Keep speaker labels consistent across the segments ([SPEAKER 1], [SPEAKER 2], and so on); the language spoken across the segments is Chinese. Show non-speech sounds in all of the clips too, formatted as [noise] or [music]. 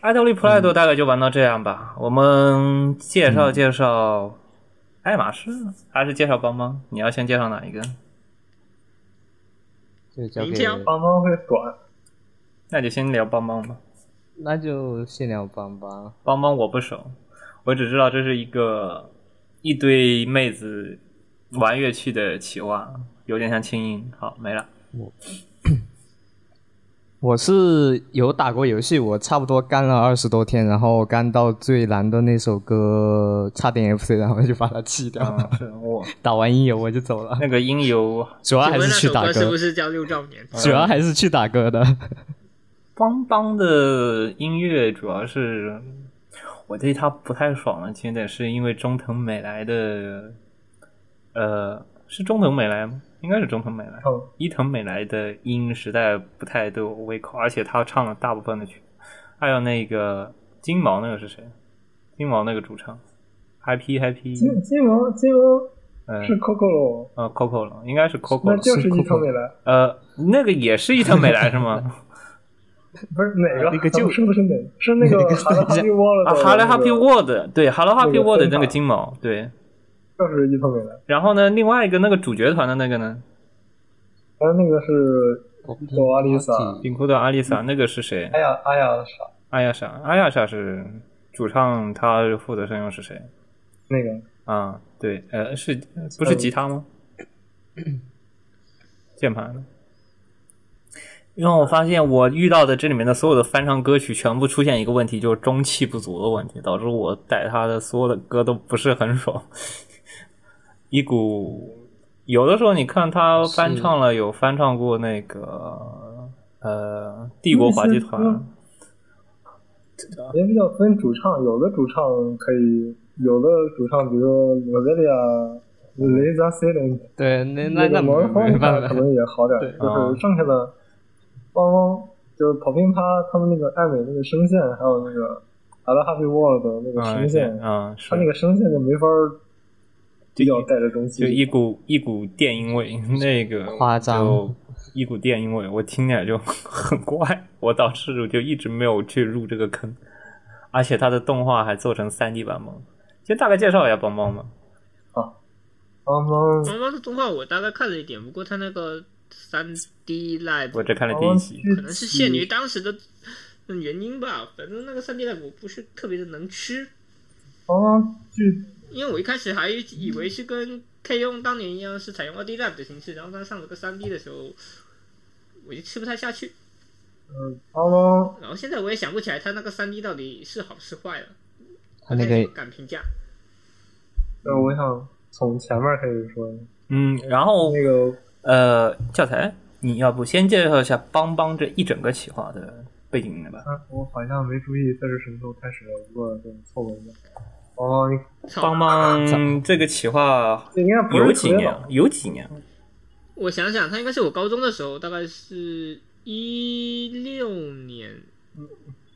[SPEAKER 1] 艾德利普莱多大概就玩到这样吧。我们介绍介绍爱马仕，还是介绍邦邦？你要先介绍哪一个？
[SPEAKER 2] 就交
[SPEAKER 3] 明
[SPEAKER 2] 给
[SPEAKER 3] 天啊
[SPEAKER 1] 邦邦会短，那就先聊邦邦吧。
[SPEAKER 2] 那就先聊邦邦。
[SPEAKER 1] 邦邦我不熟，我只知道这是一个一堆妹子玩乐器的企划，有点像轻音。好，没了。
[SPEAKER 2] 我是有打过游戏，我差不多干了二十多天，然后干到最难的那首歌差点 FC，然后就把它弃掉。
[SPEAKER 1] 嗯，是我
[SPEAKER 2] 打完音游我就走
[SPEAKER 3] [laughs]
[SPEAKER 2] 了，
[SPEAKER 1] [laughs] 那个音游
[SPEAKER 2] 主要还
[SPEAKER 3] 请问
[SPEAKER 2] 是
[SPEAKER 3] 那
[SPEAKER 2] 去
[SPEAKER 3] 首
[SPEAKER 2] 打
[SPEAKER 3] 歌是
[SPEAKER 2] 歌
[SPEAKER 3] 不，是叫《六兆年》？
[SPEAKER 2] 主要还是去打歌的。
[SPEAKER 1] 邦邦的音乐主要是我对他不太爽的缺点，是因为中藤美来的，呃，是中藤美来吗？应该是中藤美来。
[SPEAKER 4] 哦
[SPEAKER 1] 伊藤美来的音实在不太对我胃口，而且他唱了大部分的曲，还有那个金毛那个是谁？金毛那个主唱，Happy
[SPEAKER 4] 金
[SPEAKER 1] Happy，
[SPEAKER 4] 金毛金毛
[SPEAKER 1] 嗯
[SPEAKER 4] 是 Coco 咯，
[SPEAKER 1] 呃，Coco 了，应该是 Coco
[SPEAKER 4] 那
[SPEAKER 1] 了。
[SPEAKER 4] 哦就是伊藤美来，
[SPEAKER 1] 呃，那个也是伊藤美来是吗？
[SPEAKER 4] [laughs] 不是哪个？
[SPEAKER 2] 那个就
[SPEAKER 4] 说的是哪？是那个 Hello Happy World
[SPEAKER 1] 啊
[SPEAKER 4] 的
[SPEAKER 1] ，Hello
[SPEAKER 4] 那个
[SPEAKER 1] Happy World，对，Hello
[SPEAKER 4] 那个
[SPEAKER 1] Happy World 的那
[SPEAKER 4] 分
[SPEAKER 1] 个
[SPEAKER 4] 法
[SPEAKER 1] 金毛，对。
[SPEAKER 4] 就是伊藤美来，
[SPEAKER 1] 然后呢，另外一个那个主角团的那个呢，
[SPEAKER 4] 然后那个是走阿丽萨
[SPEAKER 1] 冰库的阿丽萨，那个是谁？
[SPEAKER 4] 哎呀哎呀啥
[SPEAKER 1] 阿亚莎，阿亚莎是主唱，他负责声优是谁？
[SPEAKER 4] 那个
[SPEAKER 1] 啊，对，呃，是不是吉他吗？键盘呢。因为我发现我遇到的这里面的所有的翻唱歌曲，全部出现一个问题，就是中气不足的问题，导致我带他的所有的歌都不是很爽。 [laughs] 一股有的时候你看他翻唱了，有翻唱过那个呃帝国滑稽
[SPEAKER 4] 那是
[SPEAKER 1] 团，
[SPEAKER 4] 也比较分主唱，有的主唱可以，有的主唱比如说 Roselia、Lisa s i l e n
[SPEAKER 2] [laughs] 对，那那那
[SPEAKER 4] 个魔
[SPEAKER 2] 没
[SPEAKER 4] 方
[SPEAKER 2] 办
[SPEAKER 4] 法可
[SPEAKER 2] 法，
[SPEAKER 4] 能也好点儿，
[SPEAKER 2] 对
[SPEAKER 1] 啊
[SPEAKER 4] 就是剩下的汪汪，就是跑偏趴他们那个爱美那个声线，还有那个 Hello Happy World 的那个声线
[SPEAKER 1] 嗯，嗯是
[SPEAKER 4] 他那个声线就没法儿比较带着中
[SPEAKER 1] 就
[SPEAKER 4] 气，
[SPEAKER 1] 一股一股电音味，那
[SPEAKER 4] [laughs]
[SPEAKER 1] 个
[SPEAKER 2] 夸张
[SPEAKER 1] 就一股电音味，我听起来就 [laughs] 很怪，我导致我就一直没有去入这个坑，而且它的动画还做成三 D 版本。先大概介绍一下邦邦吧，
[SPEAKER 4] 汪汪
[SPEAKER 3] 猫猫的动画我大概看了一点，不过它那个三 D live
[SPEAKER 1] 我只看了第一
[SPEAKER 4] 汪
[SPEAKER 1] 集，
[SPEAKER 3] 可能是限于当时的原因吧，反正那个三 D 蛋我不是特别的能吃，
[SPEAKER 4] 汪汪剧
[SPEAKER 3] 因为我一开始还以为是跟 K 用当年一样是采用二 D 蛋的形式，然后当上了个三 D 的时候，我就吃不太下去。
[SPEAKER 4] 呃汪汪
[SPEAKER 3] 然后现在我也想不起来它那个三 D 到底是好是坏了，
[SPEAKER 2] 他
[SPEAKER 3] 不
[SPEAKER 2] 那
[SPEAKER 3] 太
[SPEAKER 2] 个
[SPEAKER 3] 敢评价。
[SPEAKER 4] 呃，我想从前面开始说，
[SPEAKER 1] 嗯，然后
[SPEAKER 4] 那个
[SPEAKER 1] 呃，教材你要不先介绍一下邦邦这一整个企划的背景吧？
[SPEAKER 4] 啊我好像没注意这是什么时候开始的，不过就凑合一下。汪汪，你
[SPEAKER 3] 操！
[SPEAKER 1] 邦邦嗯这个企划
[SPEAKER 4] 这应该啊不
[SPEAKER 1] 有
[SPEAKER 4] 是
[SPEAKER 1] 几
[SPEAKER 4] 特别
[SPEAKER 1] 年
[SPEAKER 4] 老，？
[SPEAKER 1] 有几年？
[SPEAKER 3] 我想想，它应该是我高中的时候，大概是一六年，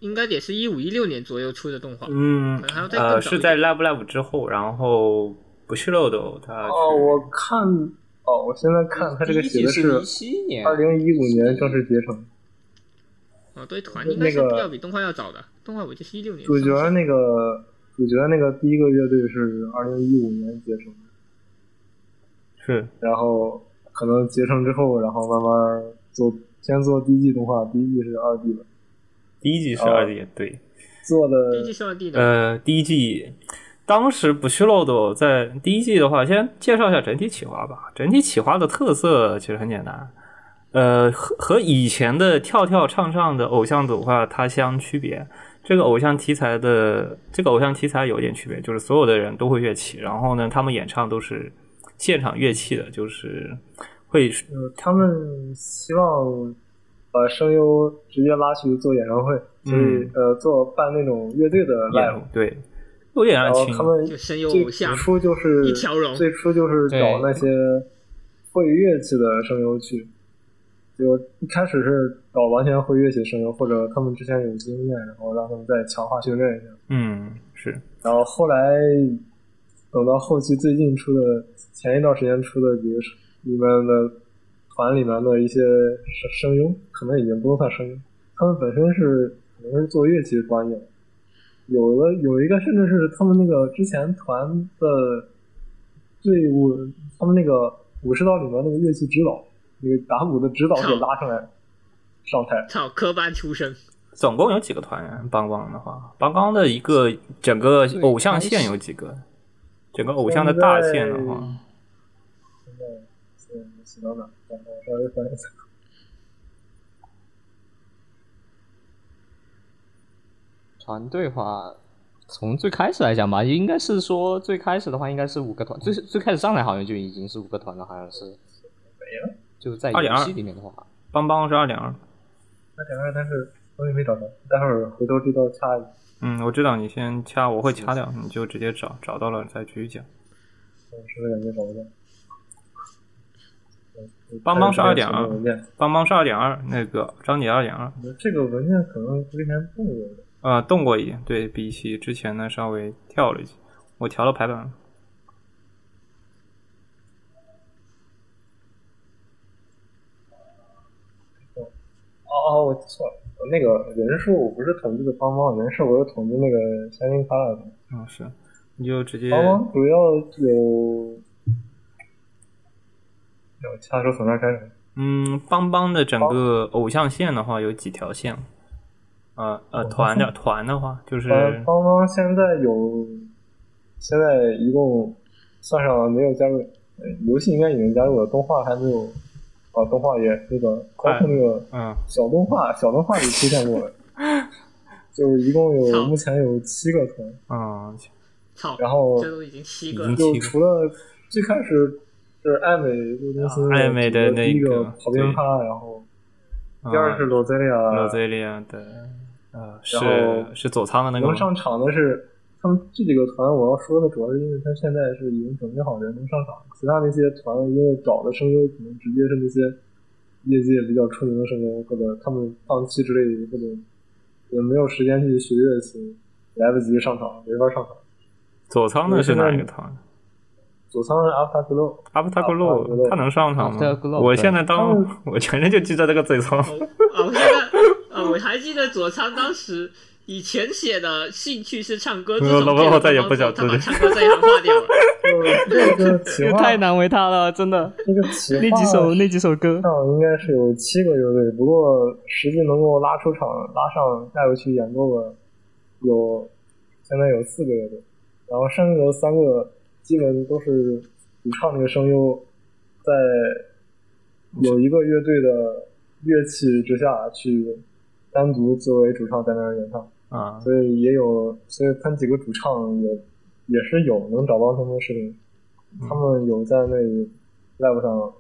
[SPEAKER 3] 应该也是一五一六年左右出的动画。
[SPEAKER 1] 嗯
[SPEAKER 3] 可能还要，再更
[SPEAKER 1] 呃，
[SPEAKER 3] 早
[SPEAKER 1] 是
[SPEAKER 3] 一
[SPEAKER 1] 在
[SPEAKER 3] 点
[SPEAKER 1] Lab Lab 之后，然后不是漏斗，他
[SPEAKER 4] 哦，我看，哦，我现在看它这个写的是
[SPEAKER 2] 七年
[SPEAKER 4] 二零一五年正式结成，
[SPEAKER 3] 哦，对，团应该是
[SPEAKER 4] 那个
[SPEAKER 3] 要比动画要早的，动画我记得是一六年上
[SPEAKER 4] 主
[SPEAKER 3] 线。
[SPEAKER 4] 角那个主角那个第一个乐队是二零一五年结成，
[SPEAKER 1] 是
[SPEAKER 4] 然后可能结成之后，然后慢慢做先做第一季动画，第一季是二 D 的，
[SPEAKER 1] 第一季是
[SPEAKER 4] 哦
[SPEAKER 1] 二 D，对，
[SPEAKER 4] 做
[SPEAKER 3] 第一季
[SPEAKER 4] 的
[SPEAKER 3] 是二 D 的，
[SPEAKER 1] 呃，第一季当时不是漏斗在第一季的话，先介绍一下整体企划吧。整体企划的特色其实很简单，呃，和和以前的跳跳唱唱的偶像组话它相区别。这个偶像题材的这个偶像题材有点区别，就是所有的人都会乐器，然后呢，他们演唱都是现场乐器的，就是会
[SPEAKER 4] 嗯，他们希望把声优直接拉去做演唱会，所以、
[SPEAKER 1] 嗯
[SPEAKER 4] 呃做办那种乐队的 live，
[SPEAKER 1] 演对，有点像
[SPEAKER 4] 然后
[SPEAKER 1] 情
[SPEAKER 4] 他们
[SPEAKER 3] 就声优
[SPEAKER 4] 最
[SPEAKER 3] 偶像
[SPEAKER 4] 最初就是
[SPEAKER 3] 一条龙
[SPEAKER 4] 最初就是找那些会乐器的声优去，就一开始是找完全会乐器的声优，或者他们之前有经验，然后让他们再强化训练一下。
[SPEAKER 1] 嗯，是
[SPEAKER 4] 然后后来等到后期最近出的，前一段时间出的几个里面的团里面的一些声声优，可能已经不能算声优，他们本身是可能是做乐器的专业。有的有一个甚至是他们那个之前团的队伍，他们那个武士道里面那个乐器指导，那个打鼓的指导给拉上来上台。
[SPEAKER 3] 操，科班出身，
[SPEAKER 1] 总共有几个团员？邦邦的话，邦邦的一个整个
[SPEAKER 2] 对
[SPEAKER 1] 偶像
[SPEAKER 2] 还
[SPEAKER 1] 线
[SPEAKER 2] 是
[SPEAKER 1] 有几个？整个偶像的大线的话，
[SPEAKER 4] 现在嗯，写到哪？然后稍微翻一下。
[SPEAKER 2] 团队话，从最开始来讲吧，应该是说最开始的话应该是五个团，最最开始上来好像就已经是五个团了，好像是。
[SPEAKER 4] 了
[SPEAKER 2] 就在
[SPEAKER 1] 202
[SPEAKER 2] 游戏里面的话，
[SPEAKER 3] 啊
[SPEAKER 1] 邦邦是二点二。
[SPEAKER 4] 那点二，但是我也没找着，待会儿回头这段掐一下。
[SPEAKER 1] 嗯，我知道你先掐，我会掐掉，你就直接找，找到了再继续讲。
[SPEAKER 4] 我实在感觉找不到。嗯
[SPEAKER 1] 邦邦是
[SPEAKER 4] 还有
[SPEAKER 1] 2.2
[SPEAKER 4] 什么文件，
[SPEAKER 1] 邦邦是二点二，那个张姐二点二，
[SPEAKER 4] 嗯这个文件可能之前动过的。
[SPEAKER 1] 呃，动过一点，对比起之前呢稍微跳了一级，我调了排版。
[SPEAKER 4] 哦哦，我记错了，我那个人数我不是统计的邦邦，人数我是统计那个香槟卡拉的。
[SPEAKER 1] 嗯，是，你就直接
[SPEAKER 4] 邦邦主要有，我掐说从那儿开始。
[SPEAKER 1] 嗯，邦邦的整个偶像线的话有几条线？啊呃呃，团的团的话就是
[SPEAKER 4] 呃，邦邦现在有，现在一共算上没有加入，呃游戏应该已经加入了，动画还没有，啊，动画也那个，包
[SPEAKER 1] 快
[SPEAKER 4] 括那个
[SPEAKER 1] 嗯
[SPEAKER 4] 小动画，小动画里出现
[SPEAKER 1] [laughs]
[SPEAKER 4] 过了，就是一共有目前有七个团，
[SPEAKER 1] 嗯
[SPEAKER 3] 操，
[SPEAKER 4] 然后
[SPEAKER 3] 这都已经
[SPEAKER 1] 已
[SPEAKER 3] 七个
[SPEAKER 1] 经
[SPEAKER 3] 了，
[SPEAKER 1] 七个
[SPEAKER 4] 就除了最开始就是艾美录中心
[SPEAKER 1] 啊艾美的那
[SPEAKER 4] 第一
[SPEAKER 1] 个
[SPEAKER 4] 个跑
[SPEAKER 1] 对
[SPEAKER 4] 偏趴，然后
[SPEAKER 1] 嗯，
[SPEAKER 4] 第二是罗泽利亚，
[SPEAKER 1] 罗泽利亚嗯的呃
[SPEAKER 4] 然
[SPEAKER 1] 是
[SPEAKER 4] 后
[SPEAKER 1] 是左仓的那个
[SPEAKER 4] 能
[SPEAKER 1] 吗
[SPEAKER 4] 上场的是他们这几个团，我要说的主要是因为他现在是已经准备好人能上场，其他那些团因为找的声优可能直接是那些业界比较出名的声优，或者他们档期之类的，或者也没有时间去学乐器，来不及上场，没法上场。
[SPEAKER 1] 左仓的是哪一个团？
[SPEAKER 4] 佐仓是 After
[SPEAKER 2] [laughs]
[SPEAKER 4] Glow，
[SPEAKER 1] 阿布塔格洛
[SPEAKER 4] Afterglow
[SPEAKER 1] 他能上场吗
[SPEAKER 2] Afterglow，？
[SPEAKER 1] 我现在当
[SPEAKER 4] 对
[SPEAKER 1] 我全身就记得这个嘴仓，
[SPEAKER 3] 哦哦，我现在哦，我还记得佐仓当时以前写的兴趣是唱歌，这
[SPEAKER 1] 不
[SPEAKER 3] 种
[SPEAKER 1] 不不
[SPEAKER 3] 这种
[SPEAKER 1] 我再也不想
[SPEAKER 3] 他把
[SPEAKER 1] 自己
[SPEAKER 3] 唱歌这一行划掉了。
[SPEAKER 4] 呃这个企划，
[SPEAKER 2] 太难为他了，真的。
[SPEAKER 4] 这个
[SPEAKER 3] 啊
[SPEAKER 4] 企
[SPEAKER 2] 那几
[SPEAKER 4] 划
[SPEAKER 2] 首那几首歌，
[SPEAKER 4] 上应该是有七个乐队，不过实际能够拉出场、拉上带回去演奏的有，现在有四个乐队，然后剩下的三个基本都是主唱那个声优在有一个乐队的乐器之下去单独作为主唱在那儿演唱，
[SPEAKER 1] 啊，
[SPEAKER 4] 所以也有，所以他们几个主唱也也是有能找到他们的视频，他们有在那里 live 上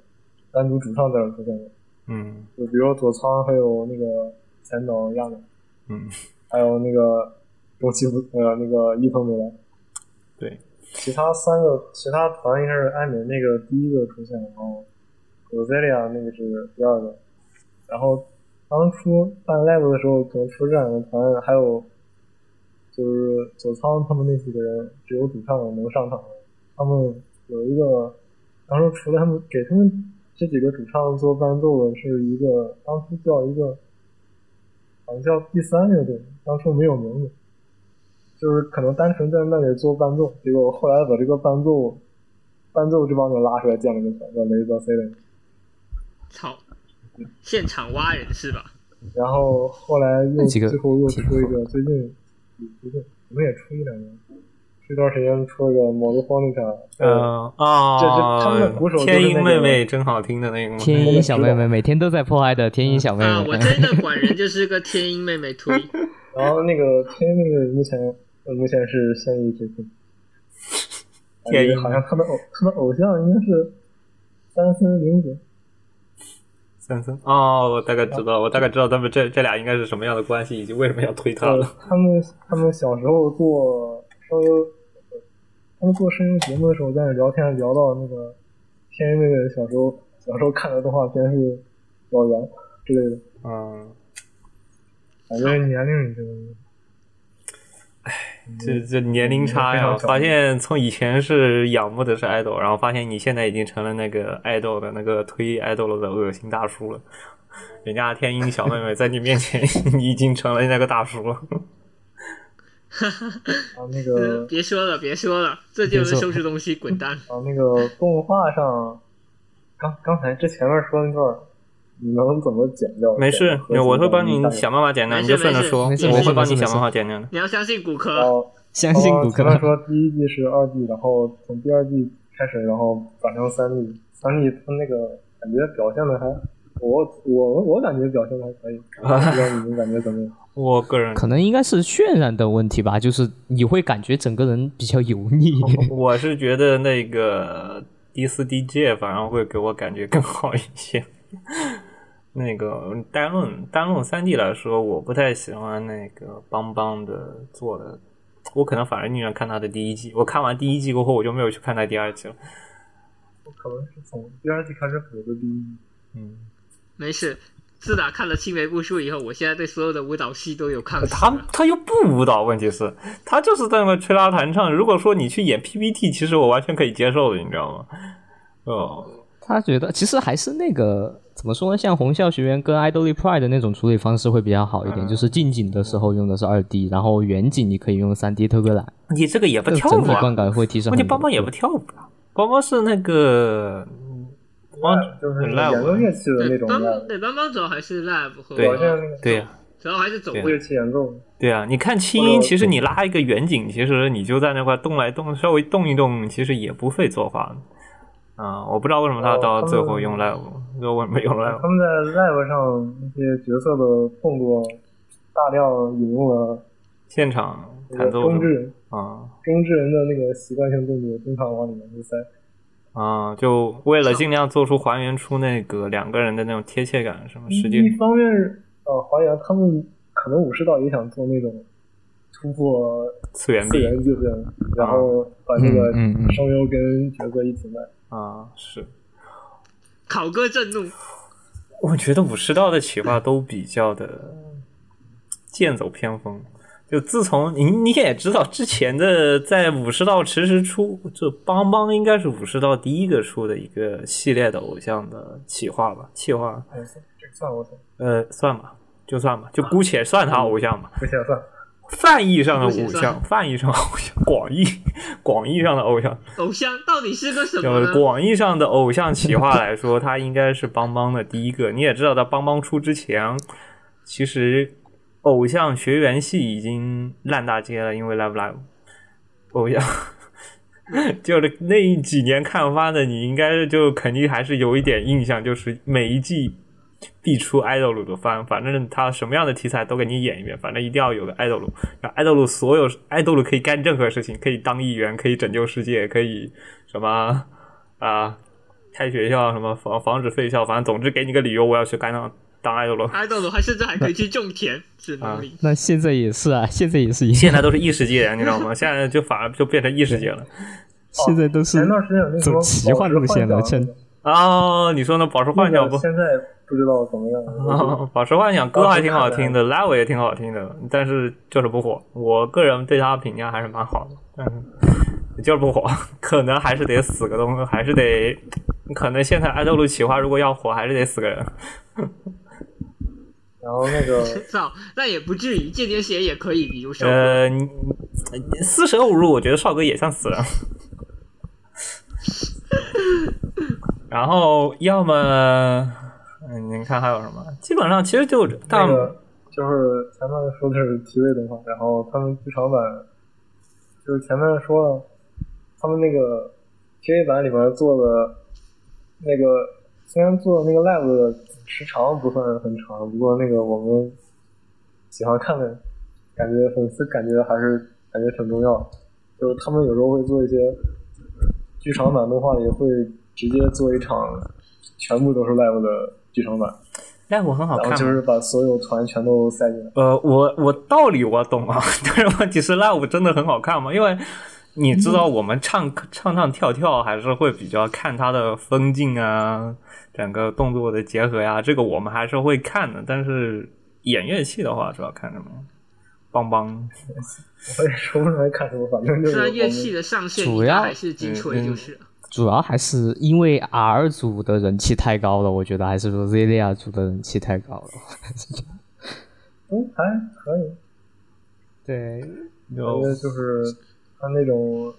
[SPEAKER 4] 单独主唱在那儿出现的。
[SPEAKER 1] 嗯
[SPEAKER 4] 就比如佐仓，还有那个前岛亚美，
[SPEAKER 1] 嗯，
[SPEAKER 4] 还有那个中西部呃那个伊藤美来，
[SPEAKER 1] 对，
[SPEAKER 4] 其他三个其他团应该是艾美那个第一个出现，然后 Roselia 那个是第二个，然后当初办 live 的时候，可能出这两个团，还有就是佐仓他们那几个人，只有主唱能上场，他们有一个，当时除了他们给他们这几个主唱做伴奏的是一个，当初叫一个，好像叫第三乐队，当初没有名字，就是可能单纯在那里做伴奏，结果后来把这个伴奏伴奏这帮人拉出来建了个团叫雷泽 C 的，
[SPEAKER 3] 操，现场挖人是吧？
[SPEAKER 4] 然后后来又
[SPEAKER 2] 那几个
[SPEAKER 4] 最后又
[SPEAKER 2] 挺
[SPEAKER 4] 出一个，最近最近我们也出一两年，这段时间出了个啊 m o d o n i c a
[SPEAKER 2] 嗯
[SPEAKER 1] 呃
[SPEAKER 4] 这这他们的
[SPEAKER 1] 啊
[SPEAKER 4] 鼓手，就是那个
[SPEAKER 1] 天音妹妹真好听的那个吗？
[SPEAKER 2] 天音小妹妹每天都在破爱的天音小妹
[SPEAKER 3] 啊，我
[SPEAKER 2] 妹，
[SPEAKER 3] 真的管人就是个天音妹妹
[SPEAKER 4] [laughs]
[SPEAKER 3] 推，
[SPEAKER 4] 然后那个天那个目前呃目前是现役
[SPEAKER 2] [laughs]
[SPEAKER 4] JP，
[SPEAKER 1] 天意
[SPEAKER 4] 好像他的偶他的偶像应该是三森绫子，
[SPEAKER 1] 三森哦，我大概知道，我大概知道他们这这俩应该是什么样的关系，以及为什么要推他
[SPEAKER 4] 呃
[SPEAKER 1] 了。
[SPEAKER 4] 他们他们小时候做声优，他们做声优节目的时候在那聊天聊到那个天那个小时候小时候看的动画片是老猿之类的，
[SPEAKER 1] 嗯，
[SPEAKER 4] 感觉年龄已经
[SPEAKER 1] 这这年龄差呀，
[SPEAKER 4] 嗯
[SPEAKER 1] 我发现从以前是仰慕的是爱豆，然后发现你现在已经成了那个爱豆的那个推爱豆的恶心大叔了。 [laughs] 人家天音小妹 [laughs] 妹在你面前你已经成了那个大叔 [laughs] 了。
[SPEAKER 4] 然后那
[SPEAKER 1] 嗯
[SPEAKER 4] 个
[SPEAKER 3] 呃别说了，别说了，这就是收拾东西，滚蛋！
[SPEAKER 4] 啊，那个动画上，刚刚才这前面说那段，你能怎么剪掉？
[SPEAKER 1] 没事，我会帮你想办法剪掉，
[SPEAKER 3] 没
[SPEAKER 1] 你
[SPEAKER 3] 事
[SPEAKER 1] 就顺着说，
[SPEAKER 3] 没事没事
[SPEAKER 1] 我会帮
[SPEAKER 2] 没
[SPEAKER 1] 你
[SPEAKER 2] 事
[SPEAKER 1] 想办法剪掉的。
[SPEAKER 3] 你要相信骨
[SPEAKER 4] 然
[SPEAKER 3] 科，
[SPEAKER 4] 后
[SPEAKER 2] 相信谷
[SPEAKER 3] 哦
[SPEAKER 4] 前面
[SPEAKER 2] 歌。
[SPEAKER 4] 哦说第一季是二 D，然后从第二季开始，然后转成三 D，三 D 它那个感觉表现的还，我我我感觉表现的还
[SPEAKER 1] [laughs]
[SPEAKER 4] 可以，不知道你们感觉怎么样？
[SPEAKER 1] 我个人，
[SPEAKER 2] 可能应该是渲染的问题吧，就是你会感觉整个人比较油
[SPEAKER 3] [laughs]
[SPEAKER 2] 腻。
[SPEAKER 1] [laughs] 我是觉得那个 D 四 DJ 反而会给我感觉更好一些。那个单论单论三 D 来说，我不太喜欢那个邦邦的做的，我可能反而宁愿看他的第一季。我看完第一季过后，我就没有去看他第二季了。
[SPEAKER 4] 可能是从第二季开始火的第一季，
[SPEAKER 1] 嗯，
[SPEAKER 3] 没事。自打看了青梅不树以后，我现在对所有的舞蹈戏都有
[SPEAKER 4] 呃
[SPEAKER 3] 抗性啊
[SPEAKER 1] 他
[SPEAKER 3] 了。
[SPEAKER 1] 他又不舞蹈，问题是，他就是在那么吹拉弹唱。如果说你去演 PPT，其实我完全可以接受的，你知道吗？哦，
[SPEAKER 2] 他觉得其实还是那个怎么说呢，像红校学员跟 Idol Pride 的那种处理方式会比较好一点，
[SPEAKER 1] 嗯
[SPEAKER 2] 就是近景的时候用的是二 D，然后远景你可以用三 D 推过来，
[SPEAKER 1] 你这个也不
[SPEAKER 2] 这
[SPEAKER 1] 跳
[SPEAKER 2] 整
[SPEAKER 1] 舞
[SPEAKER 2] 体
[SPEAKER 1] 啊，
[SPEAKER 2] 观感会提升
[SPEAKER 1] 关
[SPEAKER 2] 很
[SPEAKER 1] 键
[SPEAKER 2] 多。
[SPEAKER 1] 邦邦也不跳舞啊，邦邦是那个，
[SPEAKER 4] 呃
[SPEAKER 1] 邦
[SPEAKER 4] 就是
[SPEAKER 1] 很赖
[SPEAKER 4] 演奏
[SPEAKER 1] 哦我，
[SPEAKER 4] 乐器的那
[SPEAKER 3] 对，
[SPEAKER 4] 种
[SPEAKER 3] 帮
[SPEAKER 4] 的，
[SPEAKER 3] 对帮帮主要还是 lab 和
[SPEAKER 1] 对
[SPEAKER 4] 表现那个
[SPEAKER 1] 对呀、
[SPEAKER 3] 主要还是走位
[SPEAKER 4] 乐器演奏。
[SPEAKER 1] 对啊，你看轻音，其实你拉一个远景，其实你就在那块动来动，稍微动一动，其实也不费做法。啊，我不知道为什么他
[SPEAKER 4] 哦
[SPEAKER 1] 到
[SPEAKER 4] 他们
[SPEAKER 1] 最后用 live，最后没
[SPEAKER 4] [laughs]
[SPEAKER 1] 用 live
[SPEAKER 4] 他。们在 live 上那些角色的动作，大量引用了
[SPEAKER 1] 现场
[SPEAKER 4] 那
[SPEAKER 1] 弹
[SPEAKER 4] 个
[SPEAKER 1] 奏是吗
[SPEAKER 4] 中智
[SPEAKER 1] 啊
[SPEAKER 4] 中智人的那个习惯性动作，经常往里面去塞。
[SPEAKER 1] 啊，就为了尽量做出还原出那个两个人的那种贴切感，什么实际
[SPEAKER 4] 一方面是呃还原他们可能武士道也想做那种突破
[SPEAKER 1] 次元
[SPEAKER 4] 次
[SPEAKER 1] 壁
[SPEAKER 4] 元界限，
[SPEAKER 1] 啊
[SPEAKER 4] 然后把这个
[SPEAKER 2] 嗯嗯嗯
[SPEAKER 4] 声优跟角色一起卖。
[SPEAKER 1] 啊，是。
[SPEAKER 3] 考哥震怒，
[SPEAKER 1] 我觉得武士道的企划都比较的剑走偏锋。就自从你你也知道，之前的在武士道迟迟出，这邦邦应该是武士道第一个出的一个系列的偶像的企划吧，企划
[SPEAKER 4] 哎，这个算我算，
[SPEAKER 1] 呃算吧，就算吧，就姑且算他偶像吧。
[SPEAKER 4] 不想算。
[SPEAKER 1] 泛义上的偶
[SPEAKER 3] 嗯姑且
[SPEAKER 1] 像，
[SPEAKER 3] 算
[SPEAKER 1] 泛义上的偶像，广义广义上的偶像，
[SPEAKER 3] 偶像到底是个什么
[SPEAKER 1] 就
[SPEAKER 3] 呢
[SPEAKER 1] 是？广义上的偶像企划来说，他应该是邦邦的第一个。你也知道，在邦邦出之前，其实偶像学员系已经烂大街了，因为 Live Live 偶像。 [laughs] 就是那几年看番的，你应该就肯定还是有一点印象，就是每一季必出 idol 的番，反正他什么样的题材都给你演一遍，反正一定要有个 idol。然后 idol 所有 idol 可以干任何事情，可以当议员，可以拯救世界，可以什么啊，开学校什么防防止废校，反正总之给你个理由，我要去干当当 idol。
[SPEAKER 3] 爱豆的话，甚至还可以去种田，只能力。
[SPEAKER 2] 那现在也是啊，现在也是
[SPEAKER 1] [laughs]
[SPEAKER 2] 一
[SPEAKER 1] 现
[SPEAKER 2] 样，
[SPEAKER 1] 在都是异世界，你知道吗？现在就反而就变成异世界了。
[SPEAKER 2] 现在都是
[SPEAKER 4] 前段时间有那什
[SPEAKER 2] 走
[SPEAKER 4] 么
[SPEAKER 2] 奇幻路线了，
[SPEAKER 4] 宝石
[SPEAKER 2] 趁
[SPEAKER 4] 幻想
[SPEAKER 1] 哦，你说那宝石幻
[SPEAKER 4] 那
[SPEAKER 1] 想
[SPEAKER 4] 个
[SPEAKER 1] 不？
[SPEAKER 4] 现在不知道怎么样。
[SPEAKER 1] 啊，宝石幻想歌还挺好听的，live 也挺好听的，但是就是不火。我个人对他评价还是蛮好的，但是就是不火， [laughs] 可能还是得死个东，还是得，可能现在爱豆路企划如果要火，还是得死个人。
[SPEAKER 4] 然后那个
[SPEAKER 3] 操，那也不至于，间谍鞋也可以，比如说，
[SPEAKER 1] 呃，你你四舍五入，我觉得少哥也像死
[SPEAKER 4] [laughs]
[SPEAKER 1] 人。然后要么，嗯，您看还有什么？基本上其实就
[SPEAKER 4] 那
[SPEAKER 1] 但
[SPEAKER 4] 个就是前面说的是体位动画，然后他们剧场版就是前面说了，他们那个 TV 版里面做的那个虽然做那个 live 的时长不算很长，不过那个我们喜欢看的感觉粉丝感觉还是感觉挺重要的，就是他们有时候会做一些剧场版动画里会直接做一场全部都是 live 的剧场版。
[SPEAKER 1] 但我很好
[SPEAKER 4] 然
[SPEAKER 1] 看
[SPEAKER 4] 后
[SPEAKER 1] 吗，
[SPEAKER 4] 就是把所有团全都塞进来。
[SPEAKER 1] 呃，我我道理我懂啊， [laughs] 但是问题是 live 真的很好看吗？因为你知道我们唱、唱唱跳跳还是会比较看它的分镜啊，整个动作的结合呀、这个我们还是会看的。但是演乐器的话，主要看什么？邦邦，
[SPEAKER 4] 我也说不出来看什么，反正就
[SPEAKER 3] 虽
[SPEAKER 4] 是
[SPEAKER 3] 然乐器的上限
[SPEAKER 2] 主
[SPEAKER 3] 应该
[SPEAKER 2] 要
[SPEAKER 3] 还是金锤，就是了
[SPEAKER 2] 主要还是因为 R 组的人气太高了，我觉得还是说 Zelia 组的人气太高了。
[SPEAKER 4] 嗯，还可以，
[SPEAKER 2] 对，
[SPEAKER 4] 感觉就是他那种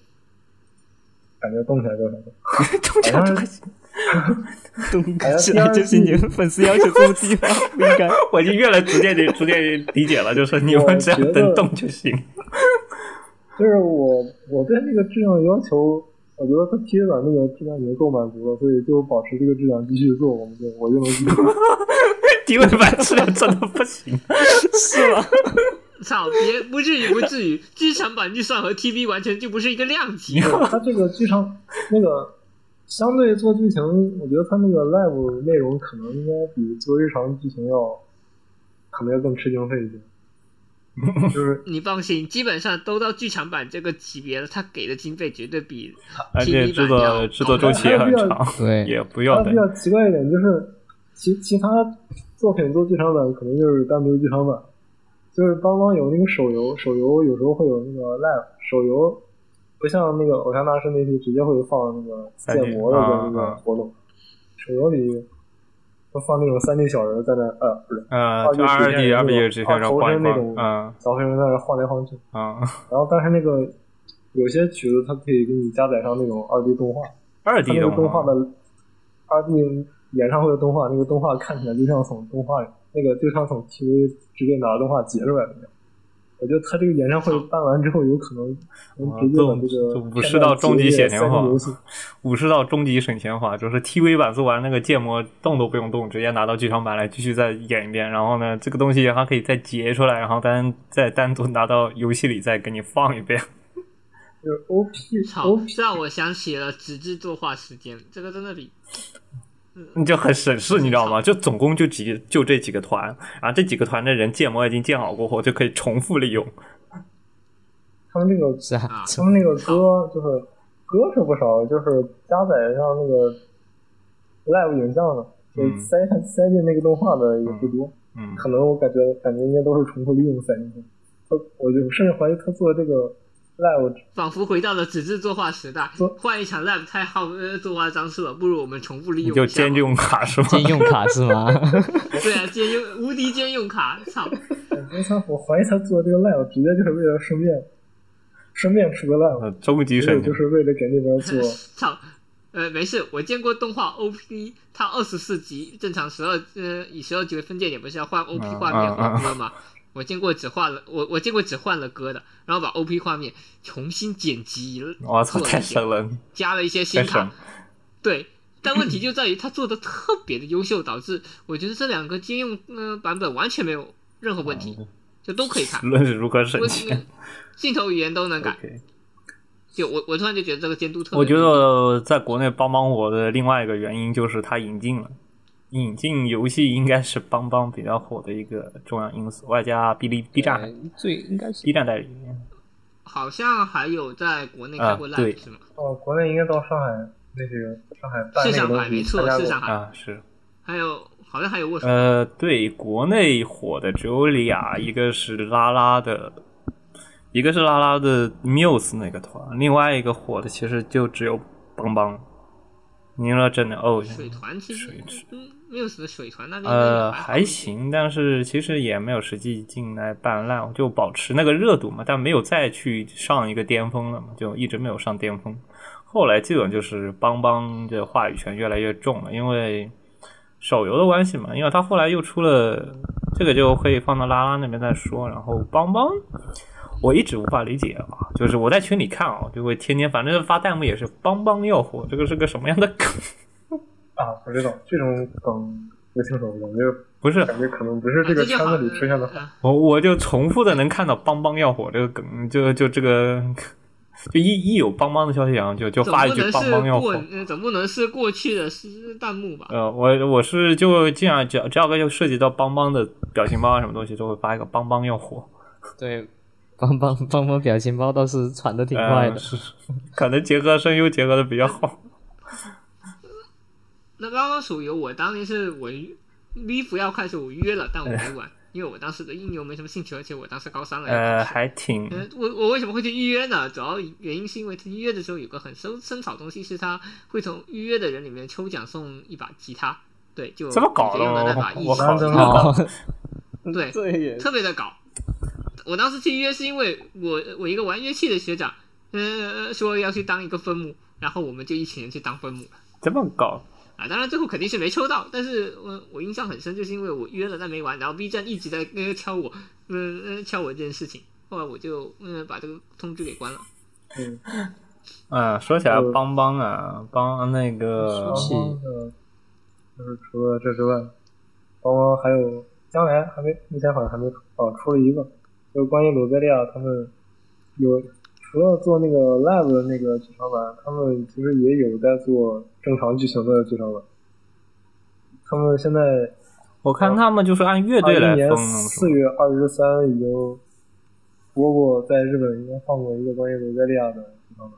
[SPEAKER 4] 感觉动起来就很
[SPEAKER 1] 中场这个， [laughs]
[SPEAKER 2] 东哥
[SPEAKER 4] 哎呀
[SPEAKER 2] 起
[SPEAKER 4] 第
[SPEAKER 2] 来
[SPEAKER 4] 二
[SPEAKER 2] 就是你们粉丝要求这么低吗？不应
[SPEAKER 1] [laughs]
[SPEAKER 2] 该。
[SPEAKER 1] 我已经越来逐渐的逐渐地理解了，就是你们只要能动就 [laughs] 行。
[SPEAKER 4] 就是我我对那个质量要求，我觉得它贴软那个质量已经够满足了，所以就保持这个质量继续做，我们就我就能继续做。
[SPEAKER 3] [laughs]
[SPEAKER 1] 低位版质量真的不行，
[SPEAKER 2] 是吗？
[SPEAKER 3] 操，别不至于不至于，剧场版预算和 TV 完全就不是一个量级。
[SPEAKER 4] 它这个剧场那个相对做剧情，我觉得它那个 live 内容可能应该比做日常剧情要可能要更吃经费一些，就是
[SPEAKER 3] 你放心，基本上都到剧场版这个级别了，他给的经费绝对比
[SPEAKER 1] 而且
[SPEAKER 3] TV
[SPEAKER 1] 制
[SPEAKER 3] 版要
[SPEAKER 1] 作制作周期也很长，
[SPEAKER 2] 对，
[SPEAKER 1] 也不
[SPEAKER 4] 它
[SPEAKER 1] 要的
[SPEAKER 4] 比。较奇怪一点就是，其其他作品做剧场版可能就是单独剧场版，就是邦邦有那个手游，手游有时候会有那个 live，手游不像那个偶像大师那些直接会放那个建模的那
[SPEAKER 1] 啊
[SPEAKER 4] 个
[SPEAKER 1] 啊
[SPEAKER 4] 活动，手游里会放那种三 D 小人在那呃不是
[SPEAKER 1] 呃，
[SPEAKER 4] 二
[SPEAKER 1] 就二 D、二 D 这些
[SPEAKER 4] 这些那
[SPEAKER 1] 上
[SPEAKER 4] 种
[SPEAKER 1] 换一
[SPEAKER 4] 投身
[SPEAKER 1] 换，
[SPEAKER 4] 那
[SPEAKER 1] 嗯
[SPEAKER 4] 小黑人在那晃来晃去，
[SPEAKER 1] 嗯，
[SPEAKER 4] 然后但是那个有些曲子它可以给你加载上那种二 D 动画。
[SPEAKER 1] 二 D
[SPEAKER 4] 那
[SPEAKER 1] 的
[SPEAKER 4] 个动画
[SPEAKER 1] 话，
[SPEAKER 4] 的二 D 演唱会的动画，那个动画看起来就像从动画那个就像从 TV 直接拿动画截出来的一样。我觉得他这个演唱会办完之后，有可能能直接把这
[SPEAKER 1] 哇这种
[SPEAKER 4] 个
[SPEAKER 1] 这武士道终极写
[SPEAKER 4] 写
[SPEAKER 1] 莲
[SPEAKER 4] 三
[SPEAKER 1] 花
[SPEAKER 4] 个游戏，
[SPEAKER 1] 武士道终极省钱法就是 TV 版做完那个建模动都不用动，直接拿到剧场版来继续再演一遍。然后呢，这个东西还可以再截出来，然后单再单独拿到游戏里再给你放一遍。 [laughs]
[SPEAKER 4] 就是 OP
[SPEAKER 3] 操
[SPEAKER 4] OP，，
[SPEAKER 3] 这让我想起了纸质作画时间，这个真的比
[SPEAKER 1] 你就很省事，你知道吗？就总共就几就这几个团，然后这几个团的人建模已经建好过后，就可以重复利用。
[SPEAKER 4] 他们这个
[SPEAKER 2] 是啊
[SPEAKER 3] 啊，
[SPEAKER 4] 他们那个歌就是歌是不少，就是加载上那个 live 影像的，就
[SPEAKER 1] 嗯
[SPEAKER 4] 塞上塞进那个动画的也不多。
[SPEAKER 1] 嗯，
[SPEAKER 4] 可能我感觉感觉应该都是重复利用塞进去。他，我就甚至怀疑他做这个 live
[SPEAKER 3] 仿佛回到了纸质作画时代
[SPEAKER 4] 说。
[SPEAKER 3] 换一场 lab 太耗呃作画张数了，不如我们重复利
[SPEAKER 1] 你
[SPEAKER 3] 用
[SPEAKER 1] 就
[SPEAKER 3] 一下吧
[SPEAKER 1] 兼用卡是吗？
[SPEAKER 2] 借用卡是吗？
[SPEAKER 3] 对啊，兼用无敌兼用卡，操！
[SPEAKER 4] 我操，我怀疑他做这个 live 直接就是为了顺便顺便出个 live，
[SPEAKER 1] 呃终极
[SPEAKER 4] 结果
[SPEAKER 1] 省
[SPEAKER 4] 就
[SPEAKER 1] 钱。
[SPEAKER 4] 是为了给那
[SPEAKER 3] [laughs]
[SPEAKER 4] 边做。
[SPEAKER 3] 操，呃，没事，我见过动画 OP，它二十四集，正常十二，呃，以十二集为分界点，不是要换 OP
[SPEAKER 1] 嗯
[SPEAKER 3] 画面
[SPEAKER 1] 嗯
[SPEAKER 3] 换歌吗？我见过只换了我我见过只换了歌的，然后把 OP 画面重新剪辑了，
[SPEAKER 1] 我操，
[SPEAKER 3] 做了一
[SPEAKER 1] 太
[SPEAKER 3] 遍
[SPEAKER 1] 省了，
[SPEAKER 3] 加了一些
[SPEAKER 1] 太
[SPEAKER 3] 新
[SPEAKER 1] 省
[SPEAKER 3] 卡，。对。但问题就在于他做的特别的优秀，导致我觉得这两个兼用呃版本完全没有任何问题，
[SPEAKER 1] 哦
[SPEAKER 3] 就都可以看。
[SPEAKER 1] 论是如何省
[SPEAKER 3] 我呃
[SPEAKER 1] 钱。
[SPEAKER 3] 镜头语言都能改。
[SPEAKER 1] OK
[SPEAKER 3] 就我我突然就觉得这个监督特别，
[SPEAKER 1] 我觉得在国内帮帮我的另外一个原因就是它引进了，引进游戏应该是帮帮比较火的一个重要因素，外加哔哩 B 站
[SPEAKER 2] 哎最应该是
[SPEAKER 1] B 站代理。
[SPEAKER 3] 好像还有在国内开过
[SPEAKER 1] 啊对
[SPEAKER 3] live 是吗？
[SPEAKER 4] 哦，国内应该到上海那个上海办
[SPEAKER 3] 是
[SPEAKER 4] 那
[SPEAKER 3] 上
[SPEAKER 4] 个东
[SPEAKER 3] 海没
[SPEAKER 4] 西，
[SPEAKER 3] 错是
[SPEAKER 4] 参，加过。嗯
[SPEAKER 3] 上海，
[SPEAKER 1] 啊，是，
[SPEAKER 3] 还有好像还有握手，
[SPEAKER 1] 呃，对，国内火的只有俩，一个是拉拉的，一个是拉拉的 Muse 那个团，另外一个火的其实就只有邦邦。你说真的哦，
[SPEAKER 3] 水团其实
[SPEAKER 1] 水是
[SPEAKER 3] 嗯没有什么水团那边
[SPEAKER 1] 呃，
[SPEAKER 3] 还
[SPEAKER 1] 还，行，但是其实也没有实际进来办烂，就保持那个热度嘛，但没有再去上一个巅峰了嘛，就一直没有上巅峰。后来基本就是邦邦的话语权越来越重了，因为手游的关系嘛，因为他后来又出了这个，就会放到拉拉那边再说。然后邦邦，我一直无法理解啊，就是我在群里看啊，就会天天反正发弹幕也是邦邦要火，这个是个什么样的梗？ [laughs]
[SPEAKER 4] 啊，不知道这种梗不清楚，我就
[SPEAKER 1] 不是，
[SPEAKER 4] 感觉可能不是
[SPEAKER 3] 啊
[SPEAKER 4] 这
[SPEAKER 3] 这
[SPEAKER 4] 个
[SPEAKER 3] 就
[SPEAKER 4] 圈
[SPEAKER 3] 好
[SPEAKER 4] 子里出现的。
[SPEAKER 3] 啊
[SPEAKER 1] 我我就重复的能看到“邦邦要火”这个梗，就就这个，就一一有邦邦的消息，然后就就
[SPEAKER 3] 总
[SPEAKER 1] 发一
[SPEAKER 3] 不
[SPEAKER 1] 句
[SPEAKER 3] 能
[SPEAKER 1] “邦
[SPEAKER 3] 是
[SPEAKER 1] 邦要
[SPEAKER 3] 过
[SPEAKER 1] 火
[SPEAKER 3] 呃总不能是过去的是弹幕”。
[SPEAKER 4] 嗯
[SPEAKER 3] 吧？
[SPEAKER 1] 呃，我我是就这样，只要只要个涉及到邦邦的表情包啊什么东西，都会发一个“邦邦要火
[SPEAKER 2] 对，帮帮 [laughs] 帮帮表情包倒是传的”挺快
[SPEAKER 1] 呃 [laughs]
[SPEAKER 2] 的，
[SPEAKER 1] 是可能结合声优结合的比较好。
[SPEAKER 4] [laughs]
[SPEAKER 3] 那刚刚手游我当年是我 V 服要开始我约了，但我没玩，因为我当时对音流没什么兴趣，而且我当时高三了。
[SPEAKER 4] 哎
[SPEAKER 1] 呃，
[SPEAKER 3] 要考试
[SPEAKER 1] 还挺
[SPEAKER 3] 呃，我我为什么会去预约呢？主要原因是因为他预约的时候有个很生生草东西，是他会从预约的人里面抽奖送一把吉他。对，就
[SPEAKER 1] 这么搞的
[SPEAKER 3] 你就用了那
[SPEAKER 1] 哦 [laughs]
[SPEAKER 3] 把，一
[SPEAKER 1] 我靠，
[SPEAKER 4] 起
[SPEAKER 1] 这么搞 [laughs]
[SPEAKER 2] 哦，
[SPEAKER 3] 对
[SPEAKER 2] 这也
[SPEAKER 3] 特别的搞。我当时去约是因为我我一个玩乐器的学长，呃，说要去当一个分母，然后我们就一群人去当分母
[SPEAKER 1] 这么搞，
[SPEAKER 3] 啊。当然最后肯定是没抽到，但是我、我印象很深，就是因为我约了但没玩，然后 B 站一直在呃敲我，嗯、呃敲我这件事情，后来我就嗯、呃把这个通知给关了。
[SPEAKER 4] 嗯，
[SPEAKER 1] 嗯，说起来
[SPEAKER 4] 嗯
[SPEAKER 1] 邦邦啊，邦那个
[SPEAKER 4] 双方的，就是除了这之外，包括还有将来还没，目前好像还没出哦，出了一个，就是关于罗德利亚他们有除了做那个 Live 的那个剧场版，他们其实也有在做正常剧情的剧场版。他们现在
[SPEAKER 1] 我看他们就是按乐
[SPEAKER 4] 二
[SPEAKER 1] 队来
[SPEAKER 4] 一年
[SPEAKER 1] 分弄是
[SPEAKER 4] 四
[SPEAKER 1] 吧？
[SPEAKER 4] 月二十三已经播过，在日本应该放过一个关于罗德利亚的地方了，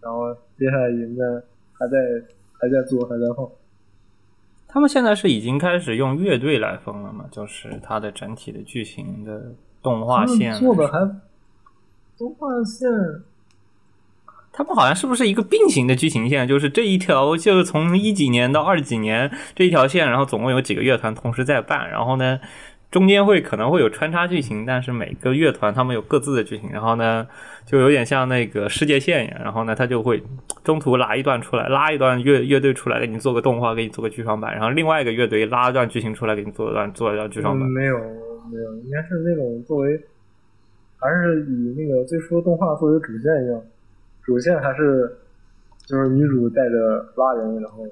[SPEAKER 4] 然后接下来应该还在还在做，还在放。
[SPEAKER 1] 他们现在是已经开始用乐队来分了嘛？就是它的整体的剧情的动画线来啊
[SPEAKER 4] 他们做的
[SPEAKER 1] 说，
[SPEAKER 4] 还动画线，
[SPEAKER 1] 他们好像是不是一个并行的剧情线？就是这一条，就是从一几年到二几年这一条线，然后总共有几个乐团同时在办，然后呢，中间会可能会有穿插剧情，但是每个乐团他们有各自的剧情，然后呢，就有点像那个世界线一样，然后呢，他就会中途拉一段出来，拉一段乐乐队出来给你做个动画，给你做个剧场版，然后另外一个乐队拉一段剧情出来给你做一段做一段剧场
[SPEAKER 4] 嗯
[SPEAKER 1] 版。
[SPEAKER 4] 没有没有，应该是那种作为，还是以那个最初动画作为主线一样，主线还是就是女主带着拉人，然后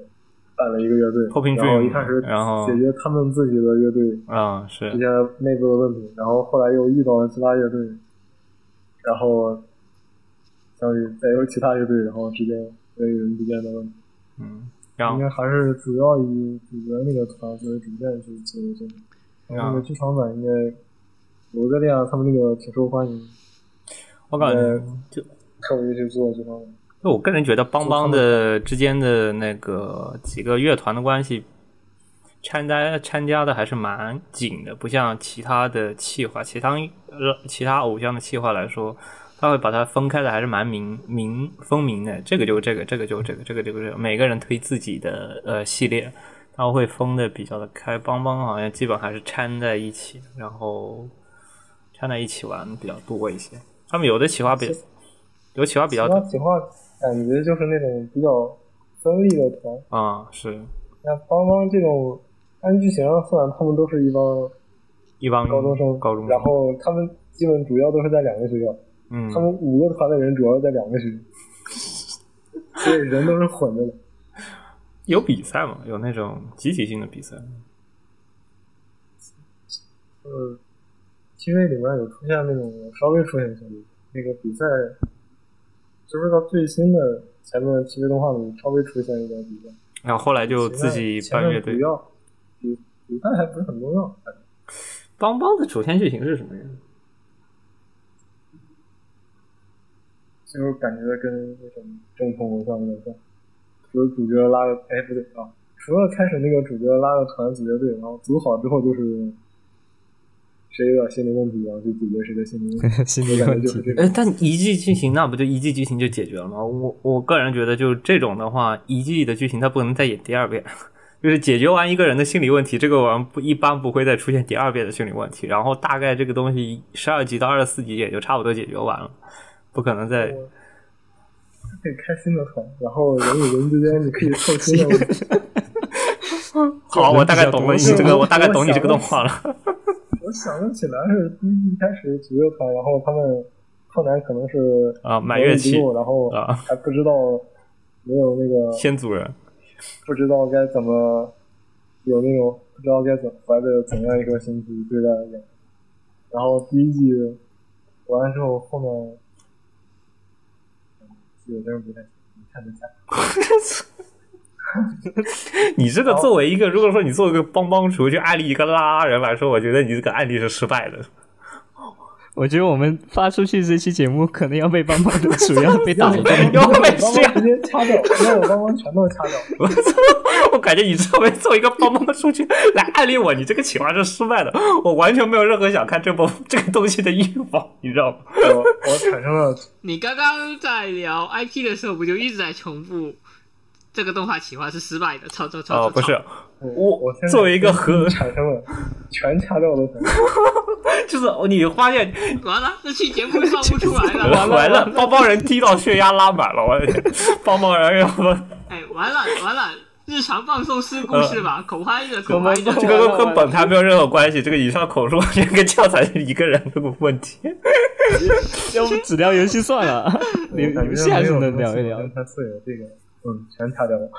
[SPEAKER 4] 办了一个乐队，
[SPEAKER 1] Popping
[SPEAKER 4] 然后
[SPEAKER 1] Dream，
[SPEAKER 4] 一开始
[SPEAKER 1] 然后
[SPEAKER 4] 解决他们自己的乐队
[SPEAKER 1] 嗯，
[SPEAKER 4] 之
[SPEAKER 1] 是
[SPEAKER 4] 间内部的问题，然后后来又遇到了其他乐队，然后相遇再有其他乐队，然后之间人与人之间的问题。
[SPEAKER 1] 嗯，然
[SPEAKER 4] 应
[SPEAKER 1] 后
[SPEAKER 4] 该还是主要以主角那个团作为主线去做的这个。那
[SPEAKER 1] 然后
[SPEAKER 4] 个剧场版应该罗德利亚他们那个挺受欢迎，
[SPEAKER 1] 我感觉就
[SPEAKER 4] 特别去做剧场版。
[SPEAKER 1] 就我个人觉得，邦邦的之间的那个几个乐团的关系，掺加掺加的还是蛮紧的，不像其他的企划，其他呃其他偶像的企划来说，他会把它分开的还是蛮明明分明的。这个就这个，这个就这个，这个就这个，每个人推自己的呃系列，他会分的比较的开。邦邦好像基本还是掺在一起，然后掺在一起玩比较多一些。他们有的企划比有企划比
[SPEAKER 4] 其
[SPEAKER 1] 较
[SPEAKER 4] 他企划感觉就是那种比较分立的团，
[SPEAKER 1] 啊、是
[SPEAKER 4] 那邦邦这种按剧情上算，他们都是一帮
[SPEAKER 1] 一帮
[SPEAKER 4] 高中生，
[SPEAKER 1] 嗯高中生，
[SPEAKER 4] 然后他们基本主要都是在两个学校，
[SPEAKER 1] 嗯
[SPEAKER 4] 他，们五个团的人主要在两
[SPEAKER 1] [laughs]
[SPEAKER 4] 个学校，所以人都是混着的。
[SPEAKER 1] 有比赛嘛，有那种集体性的比赛，
[SPEAKER 4] 嗯，TV 里面有出现那种呃稍微出现一下那个比赛，就是到最新的前面 TV 动画里稍微出现一点比赛，
[SPEAKER 1] 然后后来就自己
[SPEAKER 4] 前
[SPEAKER 1] 办
[SPEAKER 4] 面
[SPEAKER 1] 乐
[SPEAKER 4] 前面
[SPEAKER 1] 队
[SPEAKER 4] 主。要比比赛还不是很啊重要，反正
[SPEAKER 1] 邦邦的主线剧情是什么呀？
[SPEAKER 4] 就是感觉跟那种正统偶像有点像，除了主角拉个哎不对啊，除了开始那个主角拉个团组乐队，然后组好之后就是谁有点心理问题，然后去解决谁的心
[SPEAKER 1] [laughs]
[SPEAKER 4] 理问
[SPEAKER 2] [laughs]
[SPEAKER 4] 题，
[SPEAKER 2] 心
[SPEAKER 4] 我
[SPEAKER 2] 理
[SPEAKER 4] 感
[SPEAKER 2] 问
[SPEAKER 4] 觉就是
[SPEAKER 2] 题。
[SPEAKER 4] 这种。
[SPEAKER 1] 哎，但一季剧情那不就一季剧情就解决了吗？我我个人觉得，就这种的话，一季的剧情它不能再演第二遍， [laughs] 就是解决完一个人的心理问题，这个玩意儿不一般不会再出现第二遍的心理问题。然后大概这个东西十二集到二十四集也就差不多解决完了，不可能再
[SPEAKER 4] 可以开心的团，然后人与人之间你可以凑新的问题。
[SPEAKER 1] 好。我大概懂了你这个，我大概懂你这个
[SPEAKER 4] 我
[SPEAKER 1] 动
[SPEAKER 4] 想
[SPEAKER 1] 画了。
[SPEAKER 4] 我想的起来是第一开始组乐团，然后他们后来可能是
[SPEAKER 1] 啊买乐器
[SPEAKER 4] 没有记录然后
[SPEAKER 1] 啊
[SPEAKER 4] 还不知道没有那个
[SPEAKER 1] 先组 [laughs] 人，
[SPEAKER 4] 不知道该怎么有那种不知道该怎怀着怎样一颗心去对待演。然后第一季完了之后，后面嗯我真是不太看得下。
[SPEAKER 1] [laughs] 你这个作为一个，如果说你做一个帮帮厨，就案例一个拉拉人来说，我觉得你这个案例是失败的。
[SPEAKER 2] 我觉得我们发出去这期节目可能要被棒棒
[SPEAKER 1] [laughs]
[SPEAKER 2] 的主要被打断。
[SPEAKER 1] 有没
[SPEAKER 4] 帮
[SPEAKER 1] 这
[SPEAKER 4] 忙
[SPEAKER 1] 样？
[SPEAKER 4] 直接掐掉，让我帮忙全都掐掉。
[SPEAKER 1] [laughs] 我操！我感觉你这边做一个帮帮数据来安利我，你这个企划是失败的。我完全没有任何想看这部 [laughs] 这个东西的欲望，你知道吗？
[SPEAKER 4] [laughs] 我我产生了
[SPEAKER 3] 你刚刚在聊 IP 的时候，不就一直在重复这个动画企划是失败的？操操操！
[SPEAKER 1] [laughs] 哦，
[SPEAKER 3] 操
[SPEAKER 1] 不是，，
[SPEAKER 4] 我我现在
[SPEAKER 1] 作为一个和
[SPEAKER 4] 产生了全掐掉的可能。
[SPEAKER 1] 就是你发现
[SPEAKER 3] 完了，这期节目放不出来了，
[SPEAKER 1] [laughs] 完了，帮帮人踢到血压拉满了，我的天！帮帮人 [laughs] 要不
[SPEAKER 3] 哎，完了完了，日常放送是故事
[SPEAKER 1] 呃
[SPEAKER 3] 吧？口嗨着口嗨着，
[SPEAKER 1] 这个跟跟本台没有任何关系，这个以上口述 [laughs] 完全跟教材是一个人的问题。
[SPEAKER 2] 要不只聊游戏算了，你
[SPEAKER 4] 我感
[SPEAKER 2] 游
[SPEAKER 4] 觉
[SPEAKER 2] 戏还
[SPEAKER 4] 没
[SPEAKER 2] 是
[SPEAKER 4] 有
[SPEAKER 2] 能聊一聊。
[SPEAKER 4] 三四有这个，嗯，全掐掉了。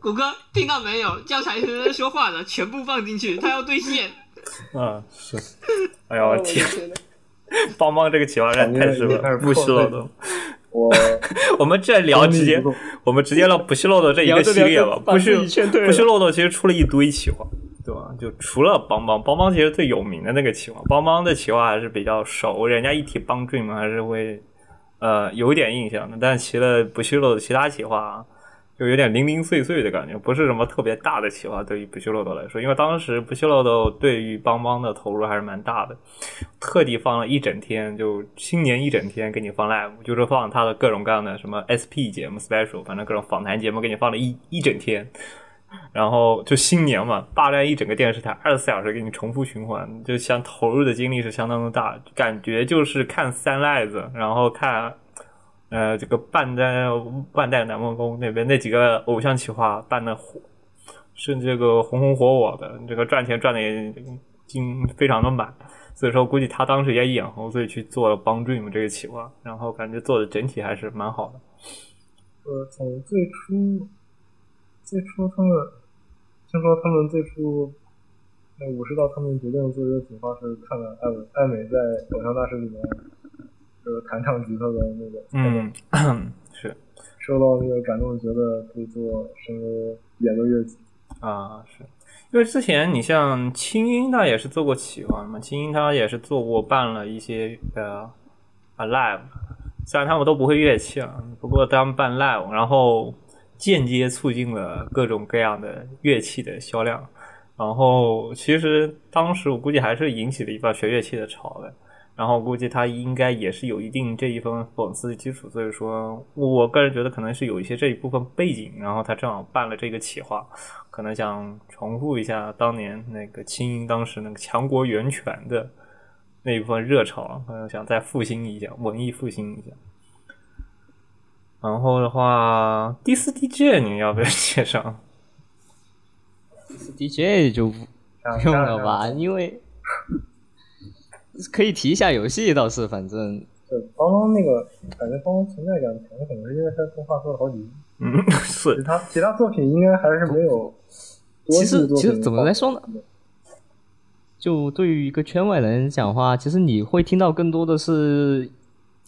[SPEAKER 3] 谷歌听到没有？教材是在说话的，全部放进去，他要兑现。
[SPEAKER 1] 啊，是。哎呀，我的天！ [laughs] 帮帮这个企划站太失败了，不失漏洞。
[SPEAKER 4] 我
[SPEAKER 1] 我们这 [laughs] 聊直接
[SPEAKER 4] 功力不够，
[SPEAKER 1] 我们直接让不虚漏斗 [laughs] 这一个系列
[SPEAKER 2] 聊着聊
[SPEAKER 1] 吧
[SPEAKER 2] 着。把
[SPEAKER 1] 不
[SPEAKER 2] 自己
[SPEAKER 1] 虚
[SPEAKER 2] 劝退了
[SPEAKER 1] 不虚漏斗其实出了一堆企划，对吧？就除了邦邦，邦邦其实最有名的那个企划，邦邦的企划还是比较熟，人家一提邦 dream 还是会呃有点印象的。但其了不虚漏斗其他企划。就有点零零碎碎的感觉，不是什么特别大的企划。对于不虚漏斗来说，因为当时不虚漏斗对于邦邦的投入还是蛮大的，特地放了一整天，就新年一整天给你放 live，就是放他的各种各样的什么 SP 节目、special，反正各种访谈节目给你放了一一整天。然后就新年嘛，霸占一整个电视台，二十四小时给你重复循环，就相投入的精力是相当的大，感觉就是看三赖子，然后看呃这个半代半代南梦宫那边那几个偶像企划办的火，是这个红红火火的，这个赚钱赚的也经非常的满，所以说估计他当时也眼红，所以去做了帮 dream 这个企划，然后感觉做的整体还是蛮好的。
[SPEAKER 4] 呃，从最初最初他们听说他们最初那武士道他们决定做这个企划是看了艾美艾美在《偶像大师》里面就是弹唱吉他的那个，，
[SPEAKER 1] 嗯，是
[SPEAKER 4] 受到那个感动，觉得可以做声优演奏乐器。
[SPEAKER 1] 啊，是因为之前你像清音，他也是做过企划嘛，清音他也是做过办了一些呃啊 live，虽然他们都不会乐器啊，不过他们办 live，然后间接促进了各种各样的乐器的销量。然后其实当时我估计还是引起了一波学乐器的潮的。然后估计他应该也是有一定这一方粉丝的基础，所以说我个人觉得可能是有一些这一部分背景，然后他正好办了这个企划，可能想重复一下当年那个清音当时那个强国源泉的那一部分热潮，啊可能想再复兴一下，文艺复兴一下。然后的话，第四 DJ 你要不要介绍？
[SPEAKER 2] DJ 就不
[SPEAKER 4] 不
[SPEAKER 2] 不用了
[SPEAKER 1] [laughs]
[SPEAKER 2] 吧，？因为可以提一下游戏倒是，反正
[SPEAKER 4] 对，邦邦那个感觉邦邦存在感强，可能是因为他动画做了好几集，
[SPEAKER 1] 嗯，
[SPEAKER 4] 其
[SPEAKER 1] 是
[SPEAKER 4] 他其他作品应该还是没有。
[SPEAKER 2] 其实其实怎么来
[SPEAKER 4] 来？
[SPEAKER 2] 说呢？就对于一个圈外人讲话，其实你会听到更多的是，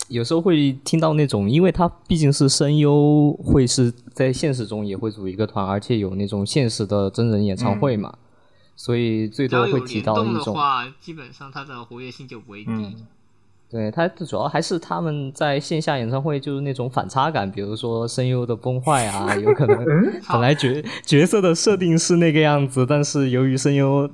[SPEAKER 2] 有时候会听到那种，因为他毕竟是声优，会是在现实中也会组一个团，而且有那种现实的真人演唱会嘛，所以最
[SPEAKER 3] 只
[SPEAKER 2] 多
[SPEAKER 3] 要嗯有
[SPEAKER 2] 会提
[SPEAKER 3] 联
[SPEAKER 2] 到
[SPEAKER 3] 动
[SPEAKER 2] 一
[SPEAKER 3] 的
[SPEAKER 2] 种。
[SPEAKER 3] 话，基本上它的活跃性就不会低。
[SPEAKER 1] 嗯
[SPEAKER 2] 对，它主要还是他们在线下演唱会就是那种反差感，比如说声优的崩坏啊，有可能
[SPEAKER 4] 嗯
[SPEAKER 3] 嗯
[SPEAKER 2] [laughs] 本来角角色的设定是那个样子，但是由于声优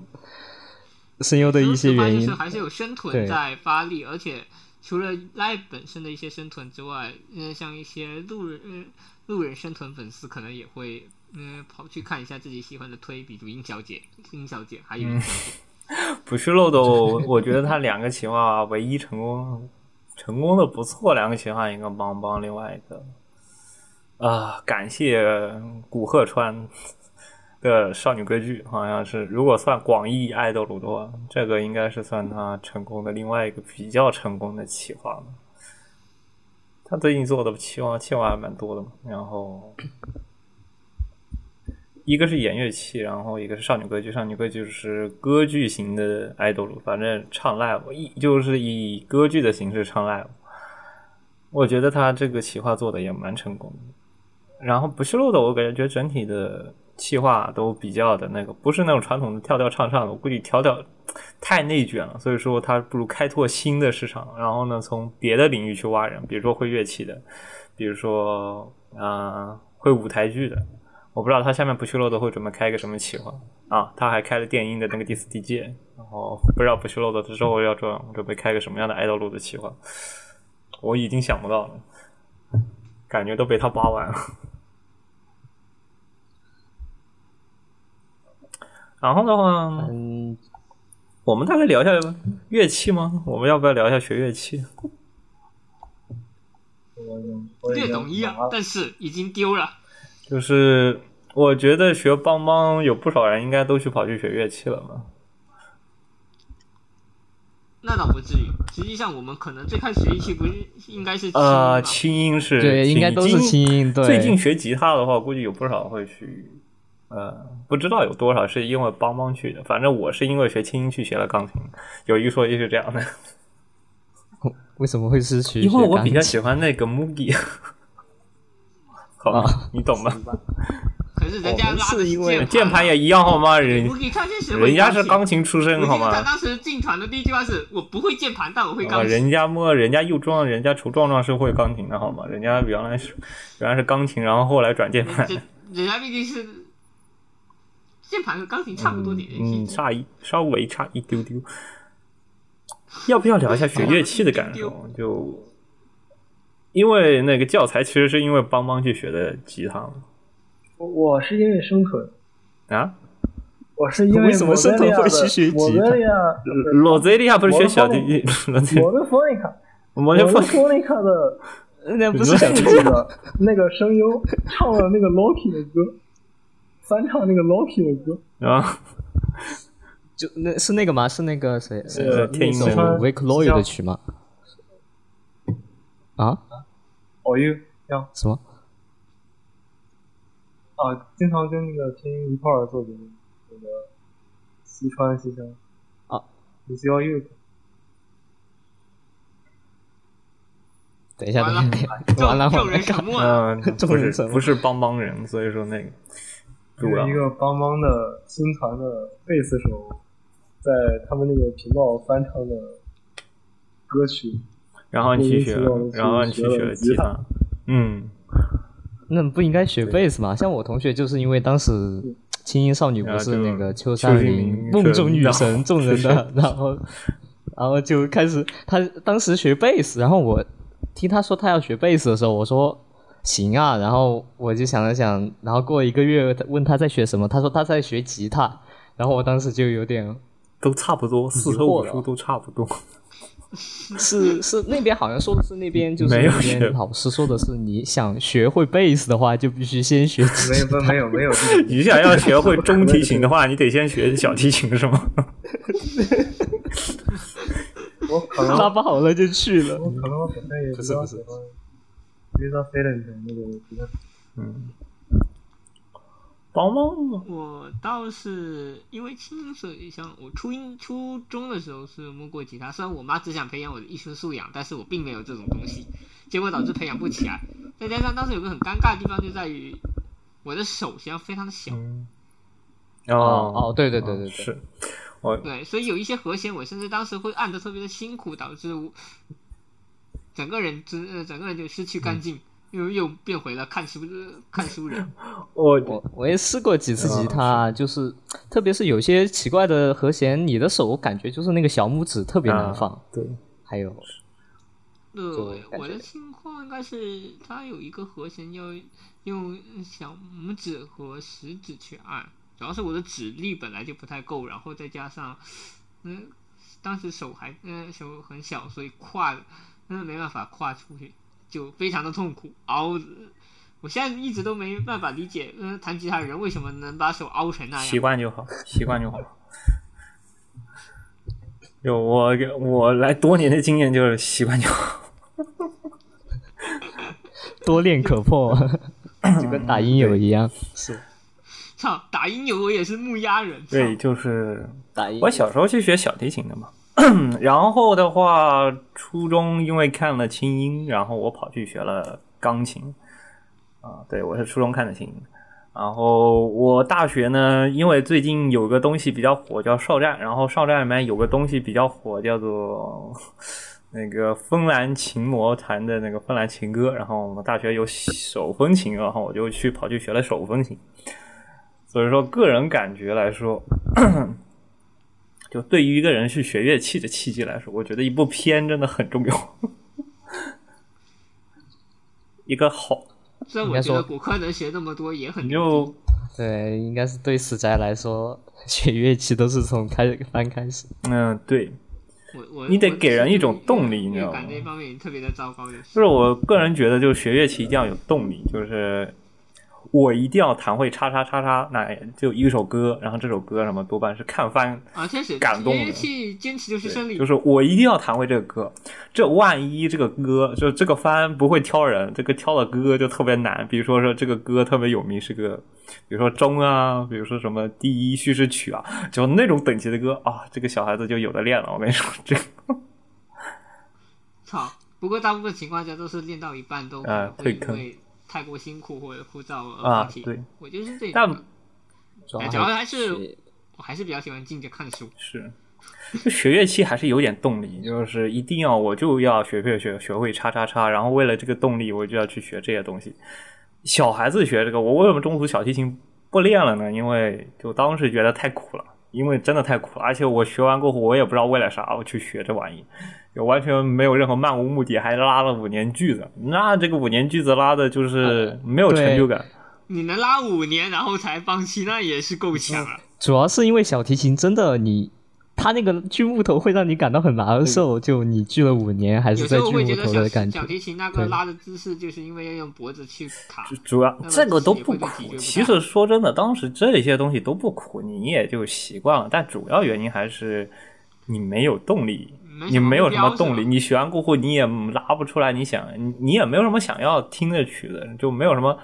[SPEAKER 2] 声优的一些原
[SPEAKER 3] 就
[SPEAKER 2] 因
[SPEAKER 3] 是，还是有生
[SPEAKER 2] 对
[SPEAKER 3] 存在发力，而且除了 live 本身的一些生存之外，嗯，像一些路人、嗯路人生存粉丝可能也会嗯跑去看一下自己喜欢的推，比如殷小姐、殷小姐，还有
[SPEAKER 2] 嗯
[SPEAKER 3] 殷小姐
[SPEAKER 1] 不是漏斗，我觉得他两个企划唯一成功成功的不错，两个企划一个邦邦，另外一个啊、感谢古贺川的少女歌剧，好像是如果算广义爱豆鲁的话，这个应该是算他成功的另外一个比较成功的企划了。他最近做的企划企划还蛮多的嘛，然后一个是演乐器，然后一个是少女歌剧。少女歌剧就是歌剧型的爱豆鲁，反正唱 live 一就是以歌剧的形式唱 live。我觉得他这个企划做的也蛮成功的。然后不是漏斗，我感觉整体的气话都比较的那个，不是那种传统的跳跳唱唱的。我估计跳跳太内卷了，所以说他不如开拓新的市场，然后呢，从别的领域去挖人，比如说会乐器的，比如说啊、呃会舞台剧的。我不知道他下面不去漏斗会准备开一个什么企划啊？他还开了电音的那个 Dis DJ，然后不知道不去漏斗之后要准准备开个什么样的爱豆路的企划，我已经想不到了，感觉都被他扒完了。 [laughs] 然后的话，
[SPEAKER 2] 嗯，
[SPEAKER 1] 我们大概聊一下乐器吗？我们要不要聊一下学乐器？
[SPEAKER 4] 我已经我已
[SPEAKER 3] 略
[SPEAKER 4] 经
[SPEAKER 3] 懂一
[SPEAKER 4] 麻
[SPEAKER 3] 二，但是已经丢了。
[SPEAKER 1] 就是我觉得学邦邦有不少人应该都去跑去学乐器了嘛。
[SPEAKER 3] 那倒不至于。实际上，我们可能最开始乐器不是应该是
[SPEAKER 1] 呃，
[SPEAKER 3] 琴
[SPEAKER 1] 轻音是
[SPEAKER 2] 对，应该都是轻
[SPEAKER 1] 音。
[SPEAKER 2] 音。对，
[SPEAKER 1] 最近学吉他的话，估计有不少会去，呃，不知道有多少是因为邦邦去的。反正我是因为学轻音去学了钢琴，有一说一是这样的。
[SPEAKER 2] 为什么会失去？
[SPEAKER 1] 因为我比较喜欢那个 Mugi，好吧，
[SPEAKER 2] 啊
[SPEAKER 1] 你懂吧？
[SPEAKER 3] 嘛，可是人家拉
[SPEAKER 2] 我
[SPEAKER 3] 的
[SPEAKER 2] 们是因为
[SPEAKER 1] 键盘也一样好吗？人
[SPEAKER 3] 我给看见谁会
[SPEAKER 1] 人家是
[SPEAKER 3] 琴
[SPEAKER 1] 钢琴出身好
[SPEAKER 3] 我记得他
[SPEAKER 1] 吗？
[SPEAKER 3] 当时进团的第一句话是：“我不会键盘，但我会
[SPEAKER 1] 啊，
[SPEAKER 3] 钢琴。
[SPEAKER 1] 人家摸人家又壮，人家楚壮壮是会钢琴的好吗？人家原来是原来是钢琴，然后后来转键盘。 [laughs]
[SPEAKER 3] 人人家毕竟是键盘和钢琴差不多点的
[SPEAKER 1] 嗯，
[SPEAKER 3] 性质。
[SPEAKER 1] 差一稍微差一丢丢。要不要聊一下学乐器的感
[SPEAKER 3] 丢
[SPEAKER 1] 受？就因为那个教材其实是因为邦邦去学的吉他嘛
[SPEAKER 4] 我我是因为生存，
[SPEAKER 1] 啊。
[SPEAKER 4] 我是因
[SPEAKER 2] 为什么生存会去学吉他
[SPEAKER 4] 我的
[SPEAKER 2] [laughs]
[SPEAKER 4] 呀，
[SPEAKER 1] 罗泽利亚不是学小提琴，罗泽利亚
[SPEAKER 4] 我的 Fonica，
[SPEAKER 2] [laughs]
[SPEAKER 1] 摩
[SPEAKER 4] 我
[SPEAKER 1] 天
[SPEAKER 4] 的
[SPEAKER 1] 风
[SPEAKER 4] Fonica 的
[SPEAKER 2] 呃那不是
[SPEAKER 1] 你
[SPEAKER 2] [laughs] 想
[SPEAKER 1] 们
[SPEAKER 4] 配置的那个声优唱了那个 Loki 的歌，翻唱那个 Loki 的歌，
[SPEAKER 1] 啊，
[SPEAKER 2] 就那是那个吗？是那个谁？谁
[SPEAKER 1] 呃天音
[SPEAKER 2] 那首
[SPEAKER 1] 的
[SPEAKER 2] Wake Loy 的曲吗？啊？
[SPEAKER 4] 哦哟，像
[SPEAKER 2] 什么？
[SPEAKER 4] 啊，经常跟那个天音一块儿做节目，那个西川西川
[SPEAKER 2] 啊，
[SPEAKER 4] 你需要乐队
[SPEAKER 2] 等一下，等
[SPEAKER 3] 完了
[SPEAKER 2] 一下，
[SPEAKER 3] 众
[SPEAKER 2] [laughs] 完了，
[SPEAKER 3] 众
[SPEAKER 2] 完了
[SPEAKER 3] 人，瞩目啊！
[SPEAKER 1] 嗯，
[SPEAKER 4] [laughs]
[SPEAKER 2] 这
[SPEAKER 1] 不
[SPEAKER 2] 么
[SPEAKER 1] 是
[SPEAKER 2] 什么
[SPEAKER 1] 不是邦邦人，所以说那个不
[SPEAKER 4] 有
[SPEAKER 1] 了
[SPEAKER 4] 一。个邦邦的新团的贝斯手，在他们那个频道翻唱的歌曲，
[SPEAKER 1] 然后你去学
[SPEAKER 4] 我们，是
[SPEAKER 1] 然后你去
[SPEAKER 4] 学
[SPEAKER 1] 学
[SPEAKER 4] 了
[SPEAKER 1] 了
[SPEAKER 4] 吉
[SPEAKER 1] 吉
[SPEAKER 4] 他
[SPEAKER 1] 他，嗯，
[SPEAKER 2] 那不应该学贝斯吗？像我同学就是因为当时
[SPEAKER 4] 嗯
[SPEAKER 2] 青音少女不是那个秋山林梦中女神众人
[SPEAKER 1] [laughs]
[SPEAKER 2] 的，然后然后就开始他当时学贝斯，然后我听他说他要学贝斯的时候，我说行啊，然后我就想了想，然后过一个月问他在学什么，他说他在学吉他，然后我当时就有点
[SPEAKER 1] 都差不多，四舍五入都差不多。
[SPEAKER 2] 是是那边好像说的是那边就是
[SPEAKER 1] 没有
[SPEAKER 2] 那
[SPEAKER 1] 学
[SPEAKER 2] 边老师说的是你想学会贝斯的话，就必须先学吉
[SPEAKER 4] 没不没有没有这个
[SPEAKER 1] 你想要学会中提琴的话，你得先学小提琴是吗？
[SPEAKER 4] 我可能
[SPEAKER 2] 拉不好了就去了。
[SPEAKER 4] 我可能我本身也比较喜欢 Lisa f a l e n 的那个吉他
[SPEAKER 1] 嗯，帮忙
[SPEAKER 3] 我倒是因为轻音社，像我初音初中的时候是摸过吉他，虽然我妈只想培养我的艺术素养，但是我并没有这种东西，结果导致培养不起来。再加上当时有个很尴尬的地方就在于我的手实际上非常的小，
[SPEAKER 1] 嗯，哦
[SPEAKER 2] 哦对对对对对
[SPEAKER 1] 是我
[SPEAKER 3] 对，所以有一些和弦，我甚至当时会按的特别的辛苦，导致我整个人真呃整个人就失去干劲，又又变回了看书看书人。
[SPEAKER 1] 我
[SPEAKER 2] 我我也试过几次吉他，就是特别是有些奇怪的和弦，你的手我感觉就是那个小拇指特别难放。
[SPEAKER 1] 啊对
[SPEAKER 2] 还有
[SPEAKER 3] 对，
[SPEAKER 2] 感
[SPEAKER 3] 我
[SPEAKER 2] 觉
[SPEAKER 3] 的情况应该是它有一个和弦要用小拇指和食指去按，主要是我的指力本来就不太够，然后再加上嗯，当时手还嗯手很小，所以跨嗯没办法跨出去，就非常的痛苦凹。我现在一直都没办法理解，嗯，弹吉他的人为什么能把手凹成那
[SPEAKER 1] 习
[SPEAKER 3] 样？
[SPEAKER 1] 惯就好，习惯就好。有我我来多年的经验就是习惯就好。
[SPEAKER 2] 多练可破，
[SPEAKER 1] [laughs]
[SPEAKER 2] 就跟打音友一样。是
[SPEAKER 3] 操，打音游我也是木鸭人。操
[SPEAKER 1] 对，就是
[SPEAKER 2] 打音
[SPEAKER 1] 我小时候是学小提琴的嘛， [clears throat] 然后的话，初中因为看了清音，然后我跑去学了钢琴。啊，对我是初中看的清音。然后我大学呢，因为最近有个东西比较火，叫少战，然后少战里面有个东西比较火，叫做 [laughs] 那个芬兰琴魔弹的那个芬兰琴歌，然后我们大学有手风琴，然后我就去跑去学了手风琴。所以说，个人感觉来说，就对于一个人去学乐器的契机来说，我觉得一部片真的很重要， [laughs] 一个好。
[SPEAKER 3] 虽然
[SPEAKER 2] 应
[SPEAKER 3] 我
[SPEAKER 2] 该
[SPEAKER 3] 觉得
[SPEAKER 2] 说
[SPEAKER 3] 骨科能学那么多也很
[SPEAKER 1] 你就
[SPEAKER 2] 对，应该是对死宅来说，学乐器都是从开翻开始。
[SPEAKER 1] 嗯，对，
[SPEAKER 3] 我我
[SPEAKER 1] 你得
[SPEAKER 3] 我
[SPEAKER 1] 给人一种动力
[SPEAKER 3] 乐
[SPEAKER 1] 你知道吗
[SPEAKER 3] 乐感这方面也特别的糟糕，也
[SPEAKER 1] 就是我个人觉得，就是学乐器一定要有动力，就是我一定要弹会叉叉叉叉，那就一首歌，然后这首歌什么多半是看番，
[SPEAKER 3] 啊，确实
[SPEAKER 1] 感动
[SPEAKER 3] 音乐
[SPEAKER 1] 人
[SPEAKER 3] 器坚持就是胜
[SPEAKER 1] 对
[SPEAKER 3] 利，
[SPEAKER 1] 就是我一定要弹会这个歌，这万一这个歌就这个番不会挑人，这个挑的歌就特别难，比如说说这个歌特别有名是个，比如说钟啊，比如说什么第一叙事曲啊，就那种等级的歌啊，这个小孩子就有的练了，我跟你说这个。
[SPEAKER 3] 操！不过大部分情况下都是练到一半都可
[SPEAKER 1] 呃
[SPEAKER 3] 能
[SPEAKER 1] 退
[SPEAKER 3] 会因
[SPEAKER 1] 坑
[SPEAKER 3] 为太过辛苦或者枯燥而
[SPEAKER 1] 啊
[SPEAKER 3] 放弃。
[SPEAKER 1] 对，
[SPEAKER 3] 我就是这
[SPEAKER 1] 但
[SPEAKER 3] 种的。
[SPEAKER 2] 主
[SPEAKER 3] 哎
[SPEAKER 2] 要
[SPEAKER 3] 主要还是
[SPEAKER 2] 学
[SPEAKER 3] 我还是比较喜欢静着看书。
[SPEAKER 1] 是，就学乐器还是有点动力，就是一定要我就要学会学学会叉叉叉，然后为了这个动力，我就要去学这些东西。小孩子学这个，我为什么中途小提琴不练了呢？因为就当时觉得太苦了，因为真的太苦了，而且我学完过后，我也不知道为了啥我去学这玩意，就完全没有任何漫无目的，还拉了五年句子，那这个五年句子拉的就是没有成就感。
[SPEAKER 3] 你能拉五年然后才放弃，那也是够强了。
[SPEAKER 2] 主要是因为小提琴真的你，它那个锯木头会让你感到很难受，就你锯了五年还
[SPEAKER 3] 有
[SPEAKER 2] 是
[SPEAKER 3] 时
[SPEAKER 2] 在
[SPEAKER 3] 候
[SPEAKER 2] 锯
[SPEAKER 3] 会觉
[SPEAKER 2] 木
[SPEAKER 3] 得
[SPEAKER 2] 头
[SPEAKER 3] 小
[SPEAKER 2] 的感觉
[SPEAKER 3] 小。提琴那个
[SPEAKER 2] 对
[SPEAKER 3] 拉的姿势，就是因为要用脖子去卡
[SPEAKER 1] 主。主要
[SPEAKER 3] 那么
[SPEAKER 1] 这个都
[SPEAKER 3] 体会
[SPEAKER 1] 不
[SPEAKER 3] 就体会
[SPEAKER 1] 苦。
[SPEAKER 3] 不
[SPEAKER 1] 其
[SPEAKER 3] 大
[SPEAKER 1] 实说真的，当时这些东西都不苦，你也就习惯了。但主要原因还是你没有动力，
[SPEAKER 3] 没
[SPEAKER 1] 你没有什么
[SPEAKER 3] 目标
[SPEAKER 1] 动力。
[SPEAKER 3] 是吧
[SPEAKER 1] 你学完过后，你也拉不出来你想，你你也没有什么想要听的曲子，就没有什么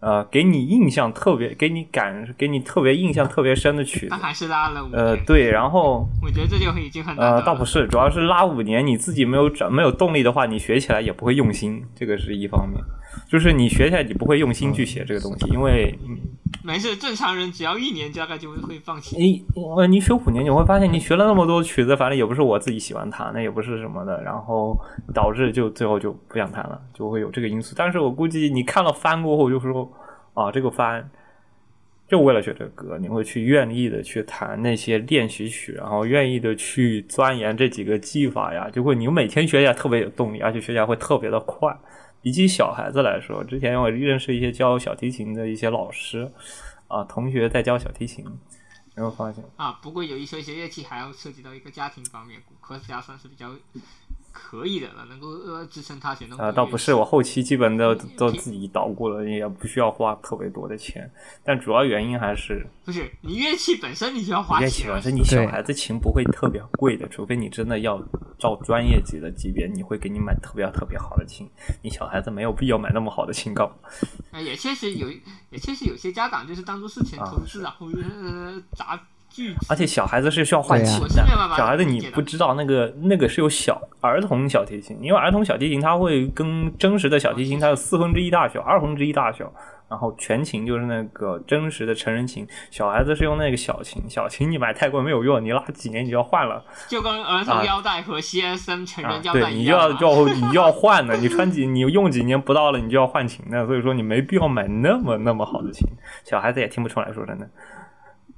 [SPEAKER 1] 呃给你印象特别、给你感、给你特别印象特别深的曲子
[SPEAKER 3] 但。还是拉了五年。
[SPEAKER 1] 呃，对，然后
[SPEAKER 3] 我觉得这就已经很难
[SPEAKER 1] 呃，
[SPEAKER 3] 得
[SPEAKER 1] 倒不
[SPEAKER 3] 了
[SPEAKER 1] 是，主要是拉五年，你自己没有掌没有动力的话，你学起来也不会用心，这个是一方面。就是你学起来，你不会用心去写这个东西，因为
[SPEAKER 3] 没事，正常人只要一年大概就会放弃。
[SPEAKER 1] 你呃你学五年，你会发现你学了那么多曲子，反正也不是我自己喜欢弹的，也不是什么的，然后导致就最后就不想弹了，就会有这个因素。但是我估计你看了番过后，就说啊，这个番就为了学这个歌，你会去愿意的去弹那些练习曲，然后愿意的去钻研这几个技法呀，就会你每天学起来特别有动力，而且学起来会特别的快。比起小孩子来说，之前我认识一些教小提琴的一些老师啊，同学在教小提琴，然后发现
[SPEAKER 3] 啊，不过有一说一，学乐器还要涉及到一个家庭方面，骨科家算是比较可以的了，能够呃支撑他学那么多乐
[SPEAKER 1] 啊，
[SPEAKER 3] 器。
[SPEAKER 1] 倒不是，我后期基本都
[SPEAKER 3] 嗯
[SPEAKER 1] 都
[SPEAKER 3] 嗯
[SPEAKER 1] 自己捣鼓了，也不需要花特别多的钱，但主要原因还是
[SPEAKER 3] 不是你乐器本身你就要花
[SPEAKER 1] 乐器
[SPEAKER 3] 钱
[SPEAKER 1] 本
[SPEAKER 3] 了，
[SPEAKER 1] 身你小
[SPEAKER 2] 对
[SPEAKER 1] 孩子琴不会特别贵的，除非你真的要照专业级的级别，你会给你买特别特别好的琴。你小孩子没有必要买那么好的琴高，
[SPEAKER 3] 呃也确实有，也确实有些家长就是当做是钱
[SPEAKER 1] 啊
[SPEAKER 3] 投资，然后呃砸巨资。
[SPEAKER 1] 而且小孩子是需要换
[SPEAKER 2] 对呀
[SPEAKER 1] 琴
[SPEAKER 3] 我是
[SPEAKER 1] 的
[SPEAKER 3] 没有办，法
[SPEAKER 1] 小孩子
[SPEAKER 3] 理
[SPEAKER 1] 你
[SPEAKER 3] 解的
[SPEAKER 1] 不知道那个那个是有小儿童小提琴，因为儿童小提琴它会跟真实的小提琴它有四分之一大小、二分之一大小，然后全琴就是那个真实的成人琴，小孩子是用那个小琴，小琴你买太贵没有用，你拉几年你就要换了。
[SPEAKER 3] 就跟儿
[SPEAKER 1] 啊
[SPEAKER 3] 童腰带和 CSM 成
[SPEAKER 1] 啊
[SPEAKER 3] 人，腰带
[SPEAKER 1] 对
[SPEAKER 3] 一
[SPEAKER 1] 你就要
[SPEAKER 3] 样、
[SPEAKER 1] 就要
[SPEAKER 3] [laughs]
[SPEAKER 1] 你就要换的，你穿几你用几年不到了，你就要换琴的，所以说你没必要买那么那么好的琴，小孩子也听不出来，说真的，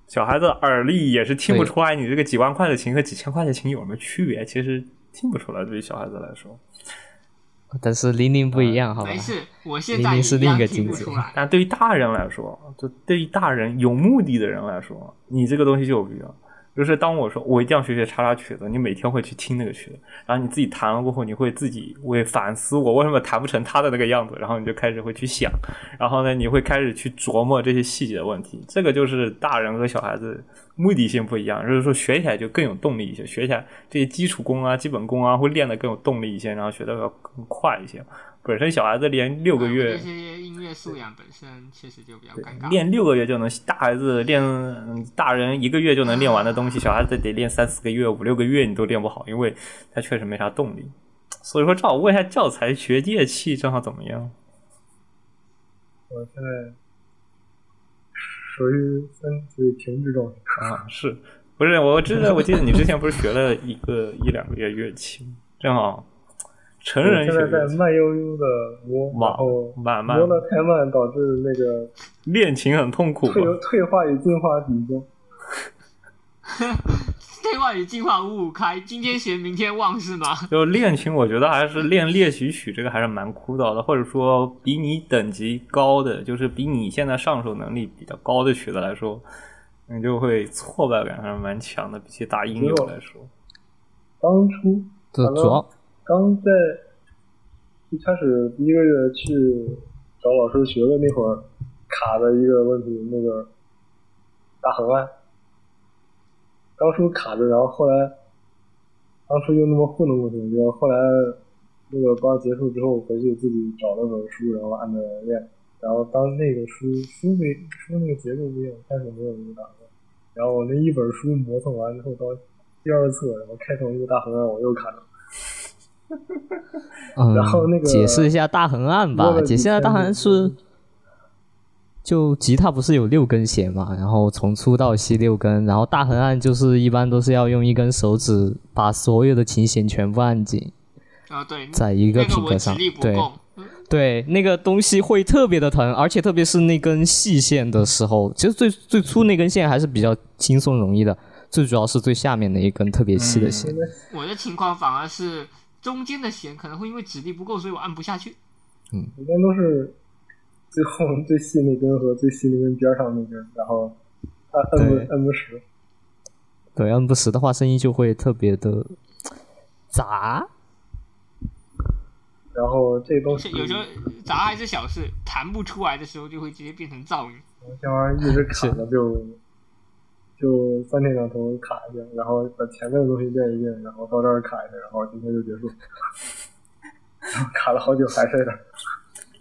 [SPEAKER 1] 小孩子耳力也是听不
[SPEAKER 2] 对
[SPEAKER 1] 出来你这个几万块的琴和几千块的琴有什么区别，其实听不出来，对于小孩子来说。
[SPEAKER 2] 但是玲玲不一样，好吧
[SPEAKER 3] 没？事，我现
[SPEAKER 2] 明
[SPEAKER 3] 在
[SPEAKER 2] 明是
[SPEAKER 3] 一
[SPEAKER 2] 另一
[SPEAKER 3] 样
[SPEAKER 2] 个
[SPEAKER 3] 听不
[SPEAKER 2] 境界
[SPEAKER 3] 出来。
[SPEAKER 1] 但对于大人来说，就对于大人有目的的人来说，你这个东西就有必要。就是当我说我一定要学学叉叉曲子，你每天会去听那个曲子，然后你自己弹了过后，你会自己会反思我为什么弹不成他的那个样子，然后你就开始会去想，然后呢，你会开始去琢磨这些细节的问题。这个就是大人和小孩子目的性不一样，就是说学起来就更有动力一些，学起来这些基础功啊、基本功啊会练得更有动力一些，然后学得要更快一些。本身小孩子连六个
[SPEAKER 3] 嗯
[SPEAKER 1] 月
[SPEAKER 3] 这些音乐素养本身确实就比较尴尬。
[SPEAKER 1] 练六个月就能，大孩子练嗯大人一个月就能练完的东西，小孩子得练三四个月、五六个月，你都练不好，因为他确实没啥动力。所以说，正好问一下教材学乐器正好怎么样？
[SPEAKER 4] 我现在属于分属于停滞状态。
[SPEAKER 1] 啊，是不是？我之前我记得你之前不是学了一个一两个月乐器吗？正好成人
[SPEAKER 4] 现
[SPEAKER 1] 学
[SPEAKER 4] 在
[SPEAKER 1] 乐
[SPEAKER 4] 在
[SPEAKER 1] 器，
[SPEAKER 4] 慢悠悠的摸，然后
[SPEAKER 1] 慢慢
[SPEAKER 4] 摸的太慢，导致那个
[SPEAKER 1] 练琴很痛苦
[SPEAKER 4] 退
[SPEAKER 1] 吗？
[SPEAKER 4] 退化与进化抵消。
[SPEAKER 3] 对外语进化五五开，今天学明天忘是吗？ [laughs]
[SPEAKER 1] 就练琴，我觉得还是练练习曲这个还是蛮枯燥的，或者说比你等级高的，就是比你现在上手能力比较高的曲子来说，你就会挫败感还是蛮强的，比起打音游来说。
[SPEAKER 4] 当初
[SPEAKER 2] 这主要
[SPEAKER 4] 刚在一开始第一个月去找老师学的那会儿，卡的一个问题，那个大横按，当初卡着，然后后来当初就那么糊弄过去，然后后来那个班结束之后，回去自己找了本书，然后按着练，然后当那个书书没书那个结构不一样，开始没有那个打算，然后我那一本书磨蹭完之后到第二册，然后开头一个大横按，我又卡着。
[SPEAKER 2] 嗯，
[SPEAKER 4] 然后那个
[SPEAKER 2] 解释一下大横按
[SPEAKER 4] 摸
[SPEAKER 2] 吧。
[SPEAKER 4] 了
[SPEAKER 2] 解释一下
[SPEAKER 4] 几
[SPEAKER 2] 大
[SPEAKER 4] 天
[SPEAKER 2] 横按是
[SPEAKER 4] 就，
[SPEAKER 2] 就吉他不是有六根弦嘛，然后从粗到细六根，然后大横按就是一般都是要用一根手指把所有的琴弦全部按紧，
[SPEAKER 3] 啊，对，
[SPEAKER 2] 在一个
[SPEAKER 3] 那个
[SPEAKER 2] 品
[SPEAKER 3] 我
[SPEAKER 2] 格
[SPEAKER 3] 体
[SPEAKER 2] 上
[SPEAKER 3] 力，不
[SPEAKER 2] 对
[SPEAKER 3] 够，嗯
[SPEAKER 2] 对，那个东西会特别的疼，而且特别是那根细线的时候，其实最最粗那根线还是比较轻松容易的，最主要是最下面那一根特别细的
[SPEAKER 1] 嗯
[SPEAKER 2] 线。
[SPEAKER 3] 我的情况反而是中间的弦可能会因为指力不够，所以我按不下去。
[SPEAKER 4] 一般都是最后最细那根和最细那根边上那根，然后按摁
[SPEAKER 2] 对
[SPEAKER 4] 不摁不实。
[SPEAKER 2] 对，按不实的话，声音就会特别的杂。
[SPEAKER 4] 然后这
[SPEAKER 1] 哦
[SPEAKER 4] 东西
[SPEAKER 3] 是有时候砸还是小事，弹不出来的时候就会直接变成噪音。
[SPEAKER 4] 这玩意儿一直卡着就就三天两头卡一下，然后把前面的东西练一练，然后到这儿卡一下，然后今天就结束。然后 [laughs] 卡了好久还是有点儿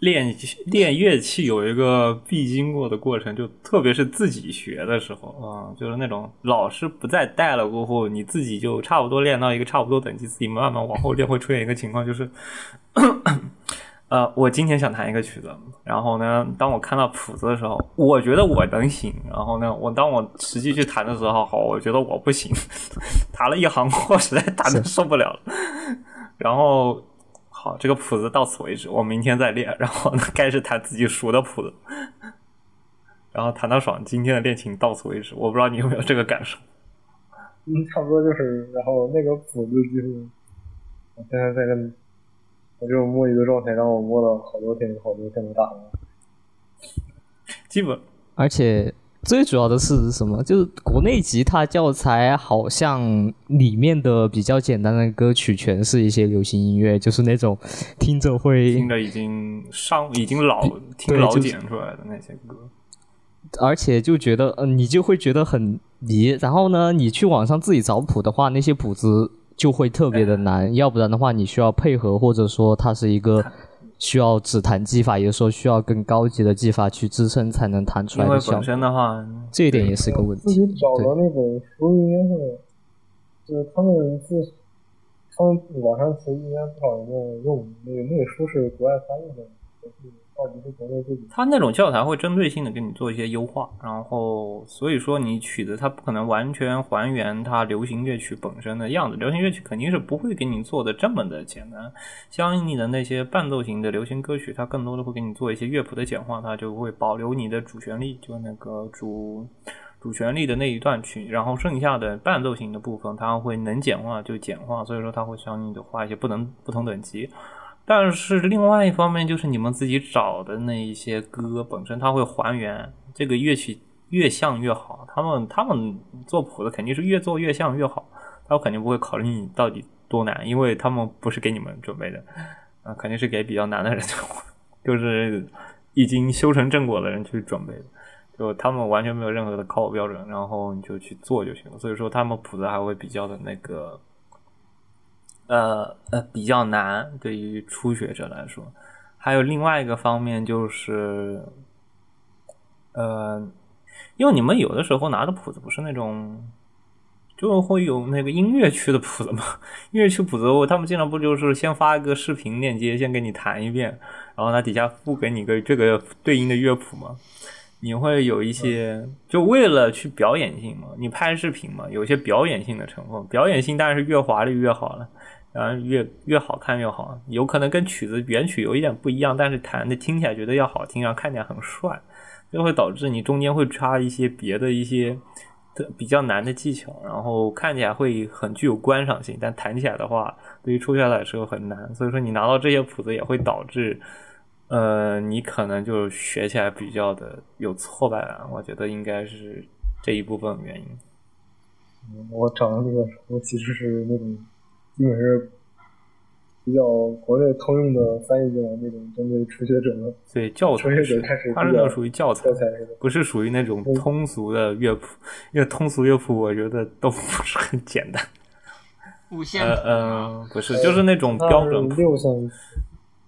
[SPEAKER 1] 练练乐器有一个必经过的过程，就特别是自己学的时候啊、嗯就是那种老师不再带了过后，你自己就差不多练到一个差不多等级，自己慢慢往后练，会出现一个情况，就是，呃，我今天想弹一个曲子，然后呢，当我看到谱子的时候，我觉得我能行，然后呢，我当我实际去弹的时候，好，我觉得我不行，弹了一行 [laughs] 货，实在弹的受不了了，然后好，这个谱子到此为止，我明天再练。然后呢，开始弹自己熟的谱子， [laughs] 然后弹到爽。今天的练琴到此为止，我不知道你有没有这个感受。
[SPEAKER 4] 嗯，差不多就是，然后那个谱子就是我现在在跟我这种摸鱼的状态，让我摸了好多天好多天的大红。
[SPEAKER 1] 基本
[SPEAKER 2] 而且最主要的是什么？就是国内吉他教材好像里面的比较简单的歌曲全是一些流行音乐，就是那种听着会
[SPEAKER 1] 听着已经上已经老听
[SPEAKER 2] 对
[SPEAKER 1] 老
[SPEAKER 2] 就是
[SPEAKER 1] 茧出来的那些歌，
[SPEAKER 2] 而且就觉得，呃，你就会觉得很迷。然后呢，你去网上自己找谱的话，那些谱子就会特别的难，要不然的话，你需要配合，或者说它是一个需要指弹技法，有时候需要更高级的技法去支撑才能弹出
[SPEAKER 1] 因
[SPEAKER 2] 来
[SPEAKER 1] 为
[SPEAKER 2] 的效
[SPEAKER 1] 本
[SPEAKER 2] 果。
[SPEAKER 1] 身的话，
[SPEAKER 2] 这一点也是个问
[SPEAKER 4] 自己
[SPEAKER 2] 题。
[SPEAKER 4] 找
[SPEAKER 2] 对
[SPEAKER 4] 的那本书应该是，就是他们自他们网上其实应该不少人用那个那个书是国外翻译的，就是到底是国内自己
[SPEAKER 1] 它那种教材会针对性的给你做一些优化，然后所以说你曲子它不可能完全还原它流行乐曲本身的样子，流行乐曲肯定是不会给你做的这么的简单，相应的那些伴奏型的流行歌曲，它更多的会给你做一些乐谱的简化，它就会保留你的主旋律，就那个主主旋律的那一段曲，然后剩下的伴奏型的部分，它会能简化就简化，所以说它会相应的画一些不能不同等级。但是另外一方面就是你们自己找的那一些歌本身，它会还原这个乐曲越像越好。他们他们做谱的肯定是越做越像越好，他们肯定不会考虑你到底多难，因为他们不是给你们准备的， [laughs] 啊，肯定是给比较难的人，就是已经修成正果的人去准备的。就他们完全没有任何的考古标准，然后你就去做就行了。所以说他们谱子还会比较的那个呃呃比较难，对于初学者来说。还有另外一个方面就是，呃，因为你们有的时候拿的谱子不是那种，就会有那个音乐区的谱子嘛，音乐区谱子我他们经常不就是先发一个视频链接，先给你弹一遍，然后呢底下附给你个这个对应的乐谱嘛。你会有一些，就为了去表演性嘛，你拍视频嘛，有些表演性的成分，表演性当然是越华丽越好了，然后越越好看越好，有可能跟曲子原曲有一点不一样，但是弹的听起来觉得要好听，然后看起来很帅，就会导致你中间会插一些别的一些特比较难的技巧，然后看起来会很具有观赏性，但弹起来的话，对于初学者来说很难，所以说你拿到这些谱子也会导致。呃，你可能就学起来比较的有挫败感，我觉得应该是这一部分原因。
[SPEAKER 4] 嗯我掌握这个我其实是那种，基本是比较国内通用的翻译的那种针对初学者的
[SPEAKER 1] 所以教材
[SPEAKER 4] 初学
[SPEAKER 1] 是
[SPEAKER 4] 者开始
[SPEAKER 1] 它是
[SPEAKER 4] 比
[SPEAKER 1] 那
[SPEAKER 4] 较
[SPEAKER 1] 种属于教材
[SPEAKER 4] 教，材似的。
[SPEAKER 1] 不是属于那
[SPEAKER 2] 嗯
[SPEAKER 1] 种通俗的乐谱。 [laughs] 因为通俗乐谱，我觉得都不是很简
[SPEAKER 2] [laughs]
[SPEAKER 1] 单。
[SPEAKER 3] 五
[SPEAKER 2] 嗯
[SPEAKER 3] 线
[SPEAKER 1] 呃
[SPEAKER 3] 谱啊，
[SPEAKER 1] 呃，不是，就是那种
[SPEAKER 4] 那
[SPEAKER 1] 标准谱，
[SPEAKER 4] 六项，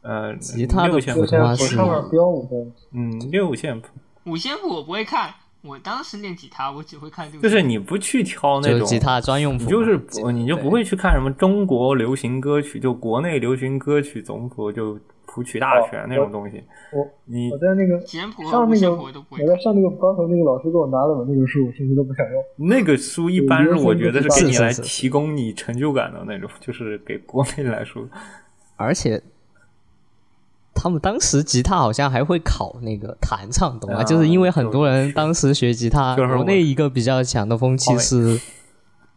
[SPEAKER 1] 呃，
[SPEAKER 2] 吉他的
[SPEAKER 1] 六线
[SPEAKER 2] 谱
[SPEAKER 1] 谱，
[SPEAKER 4] 六项
[SPEAKER 2] 哇
[SPEAKER 4] 谱
[SPEAKER 2] 是
[SPEAKER 4] 上面标五项，
[SPEAKER 1] 嗯，六线谱，
[SPEAKER 3] 五线谱我不会看，我当时练吉他，我只会看六
[SPEAKER 1] 就
[SPEAKER 3] 线
[SPEAKER 1] 是你不去挑那
[SPEAKER 2] 就
[SPEAKER 1] 种
[SPEAKER 2] 吉他专用
[SPEAKER 1] 你
[SPEAKER 2] 谱嘛，
[SPEAKER 1] 就是
[SPEAKER 2] 吉
[SPEAKER 1] 不，你就不
[SPEAKER 2] 对
[SPEAKER 1] 会去看什么中国流行歌曲，就国内流行歌曲总谱，就谱曲大
[SPEAKER 4] 哦
[SPEAKER 1] 全那种东西。
[SPEAKER 4] 我
[SPEAKER 1] 你
[SPEAKER 4] 我在那个
[SPEAKER 3] 谱，简谱和
[SPEAKER 4] 上
[SPEAKER 3] 五
[SPEAKER 4] 那
[SPEAKER 3] 线
[SPEAKER 4] 个
[SPEAKER 3] 谱我都不会
[SPEAKER 4] 我在
[SPEAKER 3] 看。
[SPEAKER 4] 上那个班头那个老师给我拿了本那个书，我甚至都不想要。
[SPEAKER 1] 那个书一般是
[SPEAKER 4] 流行
[SPEAKER 1] 我觉得
[SPEAKER 4] 歌
[SPEAKER 1] 是给你
[SPEAKER 2] 大
[SPEAKER 4] 曲
[SPEAKER 2] 全
[SPEAKER 1] 来
[SPEAKER 2] 是是是
[SPEAKER 1] 提供你成就感的那种，就是给国内来
[SPEAKER 2] [laughs]
[SPEAKER 1] 说，
[SPEAKER 2] 而且他们当时吉他好像还会考那个弹唱，懂吗？
[SPEAKER 1] 啊
[SPEAKER 2] 就是因为很多
[SPEAKER 1] 就是
[SPEAKER 2] 人当时学吉他，
[SPEAKER 1] 就是我
[SPEAKER 2] 国内一个比较强的风气是。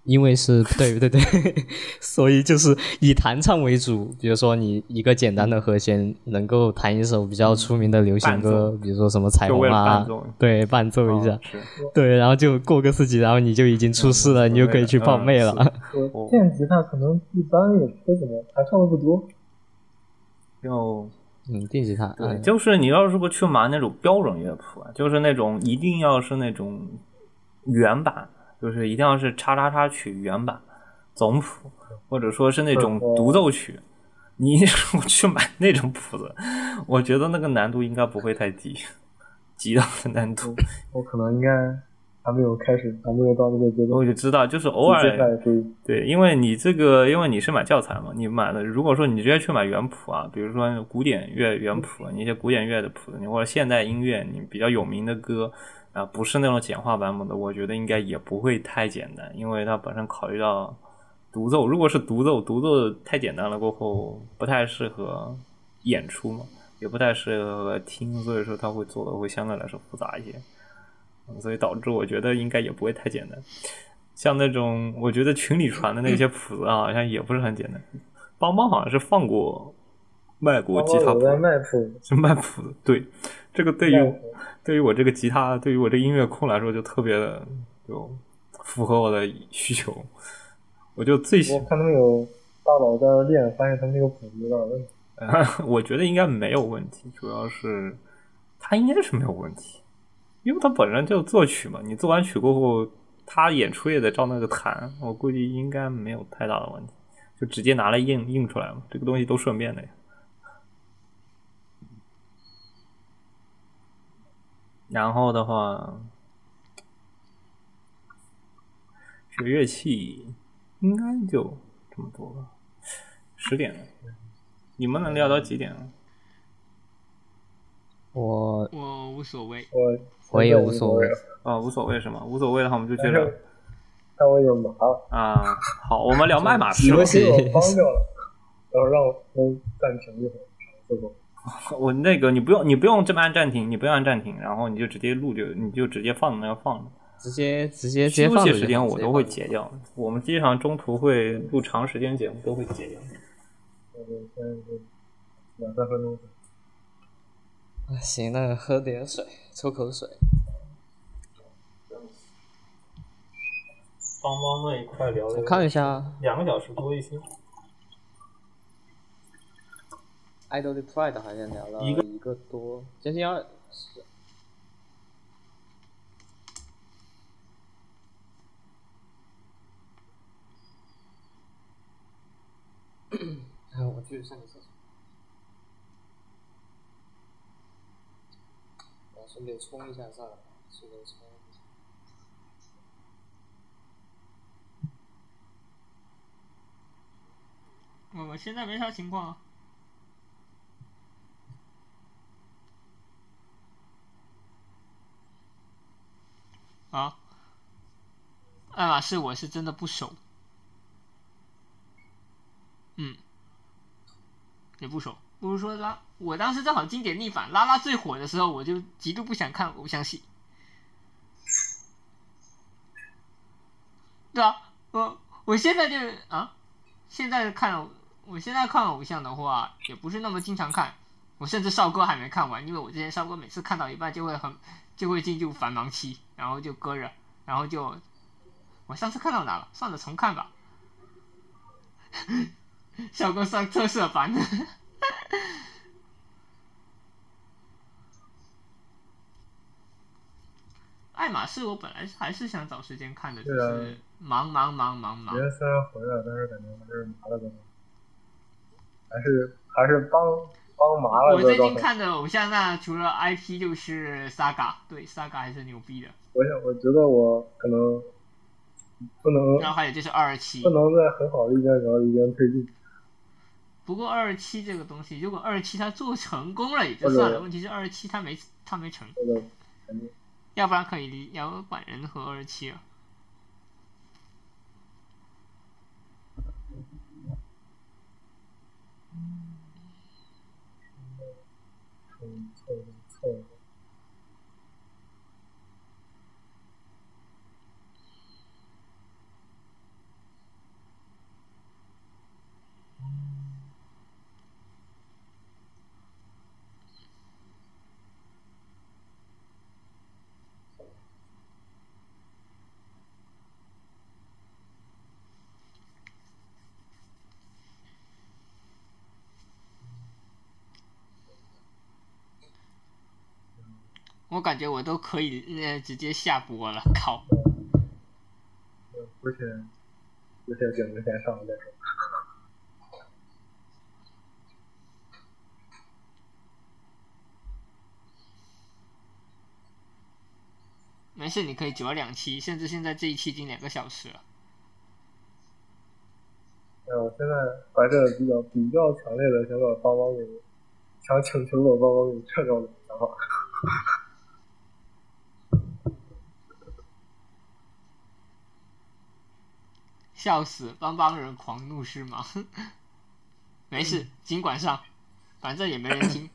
[SPEAKER 2] 因为是对对对， [laughs] 所以就是以弹唱为主。比如说，你一个简单的和弦能够弹一首比较出名的流行
[SPEAKER 1] 伴
[SPEAKER 2] 歌，比如说什么彩
[SPEAKER 1] 就为
[SPEAKER 2] 虹
[SPEAKER 1] 了伴
[SPEAKER 2] 啊
[SPEAKER 1] 奏，
[SPEAKER 2] 对，伴奏一下，
[SPEAKER 1] 啊是
[SPEAKER 2] 对，然后就过个四级，然后你就已经出师了，
[SPEAKER 1] 嗯
[SPEAKER 2] 你就可以去报妹了。
[SPEAKER 1] 嗯是
[SPEAKER 4] 我电吉他可能一般也不怎么弹唱的不多，
[SPEAKER 1] 就
[SPEAKER 2] 嗯，电吉他，
[SPEAKER 1] 对，
[SPEAKER 2] 嗯
[SPEAKER 1] 就是你要是不去买那种标准乐谱啊，就是那种一定要是那种原版，就是一定要是叉叉叉曲原版总谱，或者说是那种
[SPEAKER 4] 嗯
[SPEAKER 1] 独奏曲。你我去买那种谱子， [laughs] 我觉得那个难度应该不会太低，极大的难度。
[SPEAKER 4] 我可能应该还没有开始，还没有到那个阶
[SPEAKER 1] 我
[SPEAKER 4] 段。
[SPEAKER 1] 就知道，就是偶尔
[SPEAKER 4] 接下来可以
[SPEAKER 1] 对，因为你这个，因为你是买教材嘛，你买的，如果说你直接去买原谱啊，比如说古典乐原谱，啊你一些古典乐的谱，你或者现代音乐，你比较有名的歌啊，不是那种简化版本的，我觉得应该也不会太简单，因为它本身考虑到独奏，如果是独奏，独奏太简单了，过后不太适合演出嘛，也不太适合听，所以说它会做的会相对来说复杂一些，嗯所以导致我觉得应该也不会太简单。像那种我觉得群里传的那些谱子啊，好像也不是很简单。邦邦好像是放过外国吉他
[SPEAKER 4] 我
[SPEAKER 1] 谱，
[SPEAKER 4] 在卖谱，
[SPEAKER 1] 是卖谱的。对，这个对
[SPEAKER 4] 卖
[SPEAKER 1] 于
[SPEAKER 4] 谱
[SPEAKER 1] 对于我这个吉他，对于我这个音乐控来说，就特别的就符合我的需求。我就最喜
[SPEAKER 4] 我看他们有大佬在那练，发现他们那个谱有点问题。
[SPEAKER 1] [laughs] 我觉得应该没有问题，主要是他应该是没有问题，因为他本身就作曲嘛，你做完曲过后，他演出也得照那个弹，我估计应该没有太大的问题，就直接拿来印印出来嘛，这个东西都顺便的呀。然后的话，学乐器应该就这么多吧，十点了。你们能聊到几点啊？
[SPEAKER 2] 我
[SPEAKER 3] 我无所谓，
[SPEAKER 4] 我
[SPEAKER 2] 我也无所谓
[SPEAKER 1] 啊，无所谓是吗？无所谓的话，我们就接
[SPEAKER 4] 但
[SPEAKER 1] 着
[SPEAKER 4] 是但我已经麻了，
[SPEAKER 1] 啊。好，我们聊麦马仕吧
[SPEAKER 2] 游。
[SPEAKER 4] 其
[SPEAKER 2] 戏
[SPEAKER 4] 实我帮掉了，然后让我们暂停一会儿，这个
[SPEAKER 1] 我那个你不用，你不用这么按暂停，你不用按暂停，然后你就直接录就，你就直接放那个放着。
[SPEAKER 2] 直接直接直接
[SPEAKER 1] 休
[SPEAKER 2] 放
[SPEAKER 1] 息
[SPEAKER 2] 着
[SPEAKER 1] 时
[SPEAKER 2] 就
[SPEAKER 1] 间
[SPEAKER 2] 好
[SPEAKER 1] 我
[SPEAKER 2] 直接
[SPEAKER 1] 都会
[SPEAKER 2] 放着
[SPEAKER 1] 截掉的。我们经常中途会录长时间节目，都会截掉。
[SPEAKER 4] 我就先两三分钟。
[SPEAKER 2] 啊行，那喝点水，抽口水。
[SPEAKER 1] 帮帮那一块聊
[SPEAKER 2] 我看了一下
[SPEAKER 1] 两个小时多一些。
[SPEAKER 2] 《Idol Pride》，好像聊了
[SPEAKER 1] 一个
[SPEAKER 2] 一个多，将近二。 [clears throat] 哎，我去上个厕所。我顺便冲一下上来，顺便冲一下。
[SPEAKER 3] 我我现在没啥情况啊。爱马仕我啊是真的不熟，嗯，也不熟。不如说拉，我当时正好经典逆反，拉拉最火的时候，我就极度不想看偶像戏。对啊，我我现在就啊，现在看我现在看偶像的话，也不是那么经常看。我甚至少哥还没看完，因为我之前少哥每次看到一半就会很就会进入繁忙期，然后就搁着，然后就我上次看到哪了？算了，重看吧。 [laughs] 少哥上特色版。 [laughs] 爱马仕，我本来还是想找时间看的，就
[SPEAKER 4] 对啊
[SPEAKER 3] 是忙忙忙忙忙
[SPEAKER 4] 别。人虽然回来，但是感觉还是麻了的，还是还是帮帮麻了
[SPEAKER 3] 我
[SPEAKER 4] 的
[SPEAKER 3] 最
[SPEAKER 4] 状
[SPEAKER 3] 近
[SPEAKER 4] 态。
[SPEAKER 3] 看的偶像那除了 IP 就是 Saga，对 Saga 还是牛逼的。
[SPEAKER 4] 我想，我觉得我可能不能
[SPEAKER 3] 然后还有就是二七
[SPEAKER 4] 嗯不，能在很好的一边聊一边推进，
[SPEAKER 3] 不过二七这个东西，如果二七它做成功了也就算
[SPEAKER 4] 或者
[SPEAKER 3] 了，问题是二七它没它没成，
[SPEAKER 4] 真的
[SPEAKER 3] 要不然可以离摇摆人和二七啊了。
[SPEAKER 4] 嗯凑凑合。
[SPEAKER 3] 我感觉我都可以呃直接下播了，靠！
[SPEAKER 4] 而且而且景之前上了再说。
[SPEAKER 3] 没事，你可以折两期，甚至现在这一期已经两个小时了。
[SPEAKER 4] 哎，我现在怀着比较比较强烈的想把帮帮给，想请求我帮帮给撤掉的想法。
[SPEAKER 3] 笑死，帮帮人狂怒是吗？ [laughs] 没事，尽管上，反正也没人听。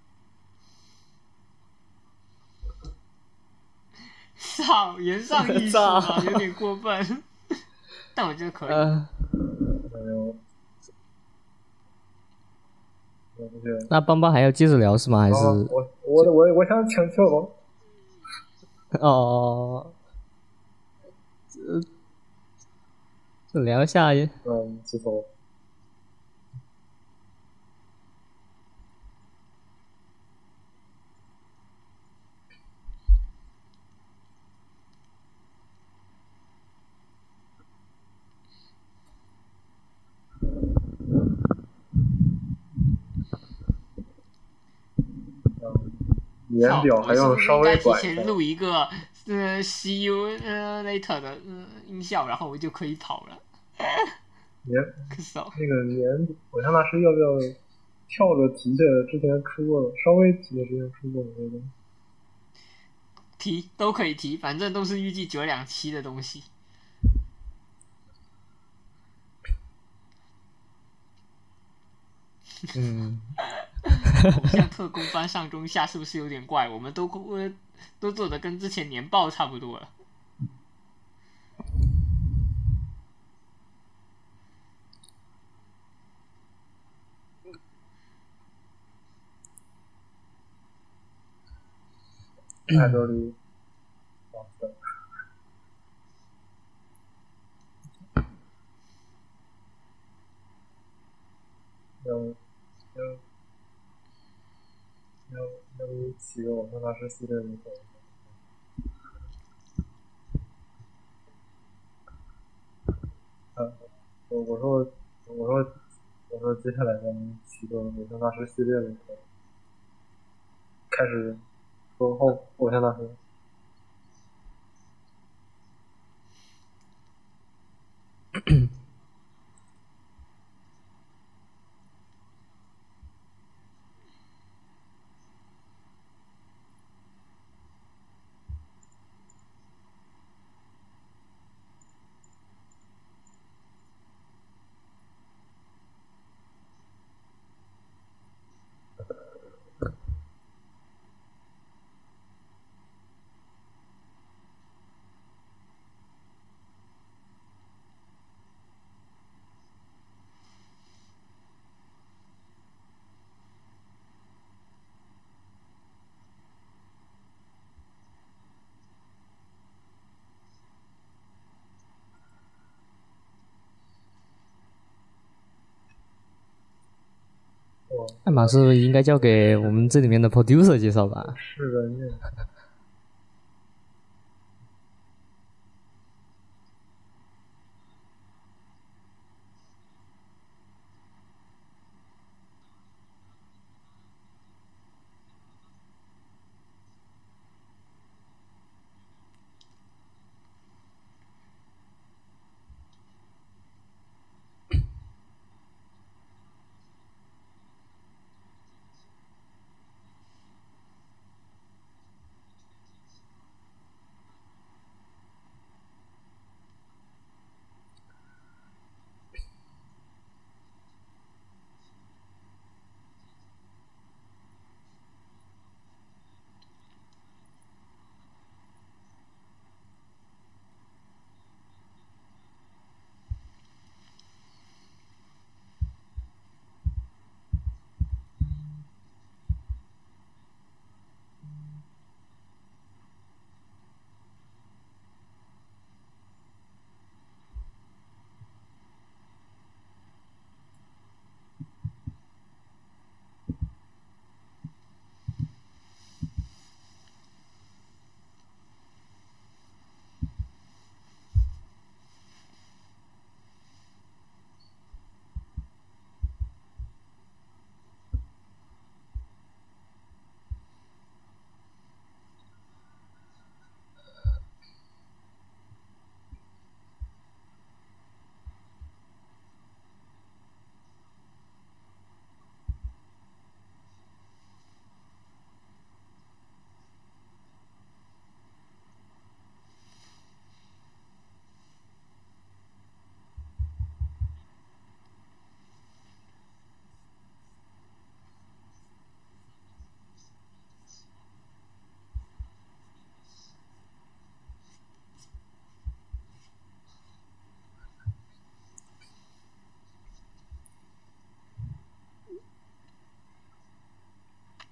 [SPEAKER 3] [laughs] 操，言上意识嘛，
[SPEAKER 2] 操
[SPEAKER 3] 有点过分， [laughs] 但我觉得可以。
[SPEAKER 2] 呃，
[SPEAKER 4] 没有，我不是。
[SPEAKER 2] 那邦邦还要接着聊是吗？还是
[SPEAKER 4] 啊我我我我想请求我
[SPEAKER 2] 哦，这这聊一下也
[SPEAKER 4] 嗯，几头。年
[SPEAKER 3] 好
[SPEAKER 4] 嗯表还要稍微
[SPEAKER 3] 我
[SPEAKER 4] 管
[SPEAKER 3] 是不是应该提
[SPEAKER 4] 一下
[SPEAKER 3] 前。录一个呃，see you 呃 later 的呃音效，然后我就可以跑了。 [laughs]
[SPEAKER 4] 年
[SPEAKER 3] 可骚。
[SPEAKER 4] 那个年底，我想大师要不要跳着提下之前出过的，稍微提下之前出过的那个？
[SPEAKER 3] 提都可以提，反正都是预计九两期的东西。 [laughs]
[SPEAKER 2] 嗯，
[SPEAKER 3] 偶像特工班上中下是不是有点怪？我们都呃都做的跟之前年报差不多了。
[SPEAKER 4] 爱德里，哇塞！有有有有几个我看大师系列的可能。嗯，我我说我说我说接下来咱们几个我看大师系列的可能开始说后偶像大师。
[SPEAKER 2] 艾玛是不是应该交给我们这里面的 producer 介绍吧？
[SPEAKER 4] 是的，那个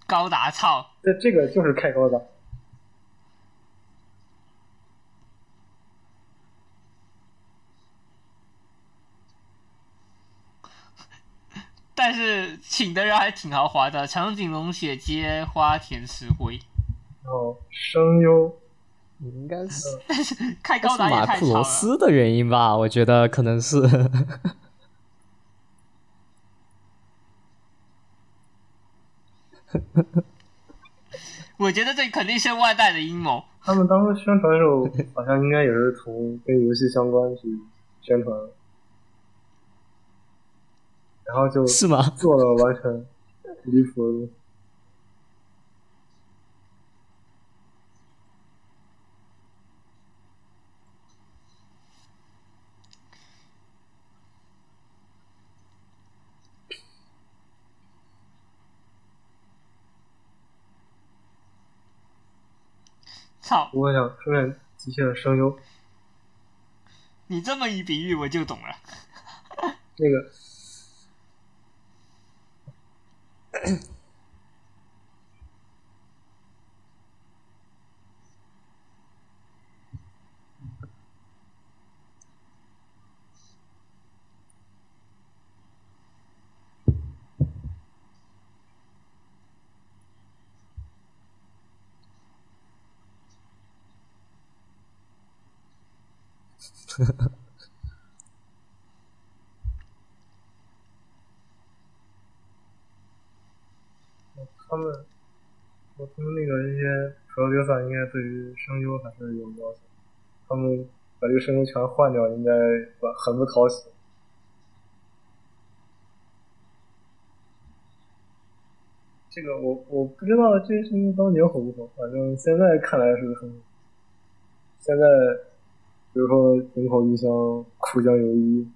[SPEAKER 3] 高达操，
[SPEAKER 4] 这这个就是开高达，
[SPEAKER 3] 但是请的人还挺豪华的，长颈龙雪街花田石灰， [laughs]
[SPEAKER 4] 然后声优
[SPEAKER 2] 应该是
[SPEAKER 3] 开
[SPEAKER 2] 应该
[SPEAKER 3] 高
[SPEAKER 2] 是
[SPEAKER 3] 达也
[SPEAKER 2] 马
[SPEAKER 3] 太
[SPEAKER 2] 库
[SPEAKER 3] 吵
[SPEAKER 2] 罗
[SPEAKER 3] 了。
[SPEAKER 2] 斯的原因吧？我觉得可能 [laughs] 是。
[SPEAKER 3] 我觉得这肯定是万代的阴谋。
[SPEAKER 4] 他们当时宣传的时候，好像应该也是从跟游戏相关去宣传，然后就是
[SPEAKER 2] 吗？
[SPEAKER 4] 做了完全离谱的东西。
[SPEAKER 3] 操，
[SPEAKER 4] 我想顺便提一下声优，
[SPEAKER 3] 你这么一比喻我就懂了。
[SPEAKER 4] 那个他们，我他们那个一些 producer 应该对于声优还是有要求，他们把这个声优全换掉，应该吧很不讨喜。这个我我不知道这声优当年火不火，反正现在看来是很火。现在比如说井口裕香、哭江由一，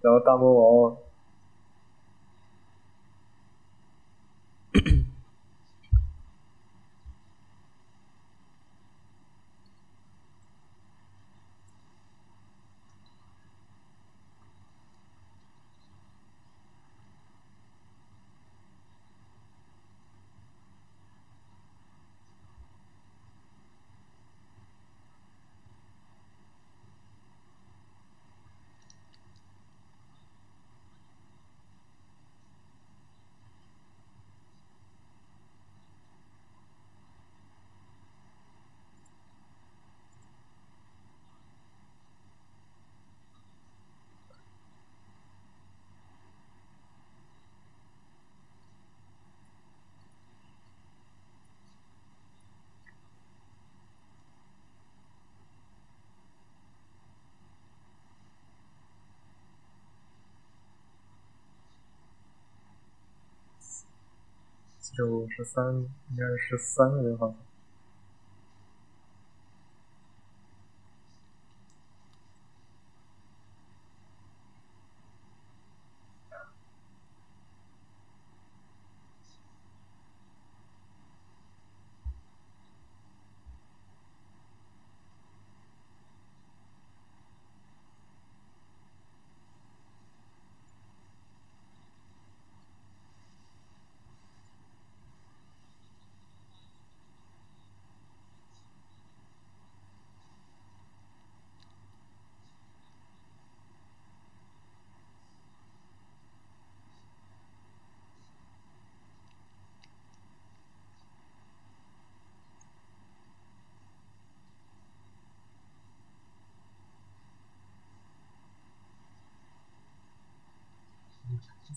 [SPEAKER 4] 然后大魔王有十三，应该是十三个人好像。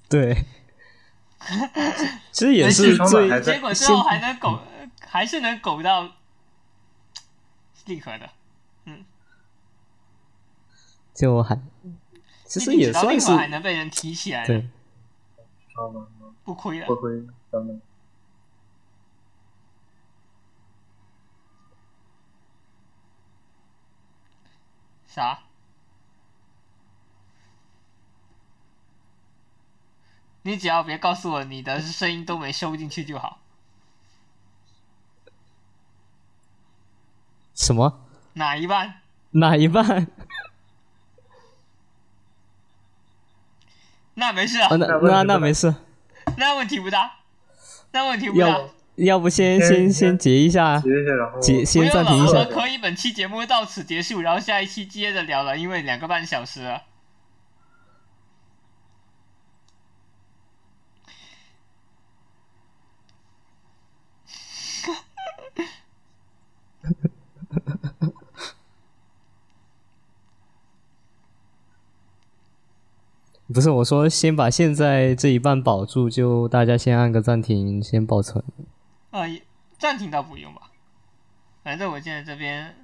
[SPEAKER 2] 对，其实也
[SPEAKER 4] 至
[SPEAKER 2] 是
[SPEAKER 4] 少
[SPEAKER 2] 最
[SPEAKER 4] 还在
[SPEAKER 3] 结果最后还能苟，还是能苟到立刻的。
[SPEAKER 2] 就还，其实
[SPEAKER 3] 毕竟
[SPEAKER 2] 也
[SPEAKER 3] 直到
[SPEAKER 2] 算
[SPEAKER 3] 立
[SPEAKER 2] 是
[SPEAKER 3] 刻还能被人提起来，
[SPEAKER 2] 对，
[SPEAKER 4] 好吧，
[SPEAKER 3] 不亏了
[SPEAKER 4] 灰。灰咱们
[SPEAKER 3] 啥？你只要别告诉我你的声音都没收进去就好。
[SPEAKER 2] 什么
[SPEAKER 3] 哪一半？
[SPEAKER 2] 哪一半？
[SPEAKER 3] 那没事啊
[SPEAKER 2] 啊，，那
[SPEAKER 4] 那
[SPEAKER 2] 那
[SPEAKER 4] 问题
[SPEAKER 2] 那
[SPEAKER 4] 不大
[SPEAKER 2] 没事，
[SPEAKER 3] 那问题不大，那问题不
[SPEAKER 2] 要
[SPEAKER 3] 大
[SPEAKER 2] 不。要不先
[SPEAKER 4] 先
[SPEAKER 2] 先先
[SPEAKER 4] 先
[SPEAKER 2] 结一下
[SPEAKER 4] 结，一下，然后
[SPEAKER 2] 结
[SPEAKER 3] 不
[SPEAKER 2] 先
[SPEAKER 3] 用
[SPEAKER 2] 暂
[SPEAKER 3] 了，
[SPEAKER 2] 停一
[SPEAKER 3] 我
[SPEAKER 2] 下
[SPEAKER 3] 们，可以本期节目到此结束，然后下一期接着聊了，因为两个半小时了。
[SPEAKER 2] 不是我说先把现在这一半保住，就大家先按个暂停，先保存。
[SPEAKER 3] 呃，也暂停倒不用吧，反正我现在这边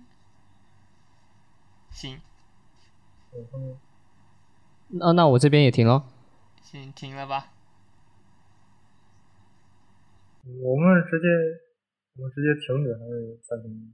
[SPEAKER 3] 行
[SPEAKER 4] 然
[SPEAKER 2] 那
[SPEAKER 4] 后
[SPEAKER 2] 那我这边也停了，
[SPEAKER 3] 行停了吧。
[SPEAKER 4] 我们直接我们直接停止还是暂停？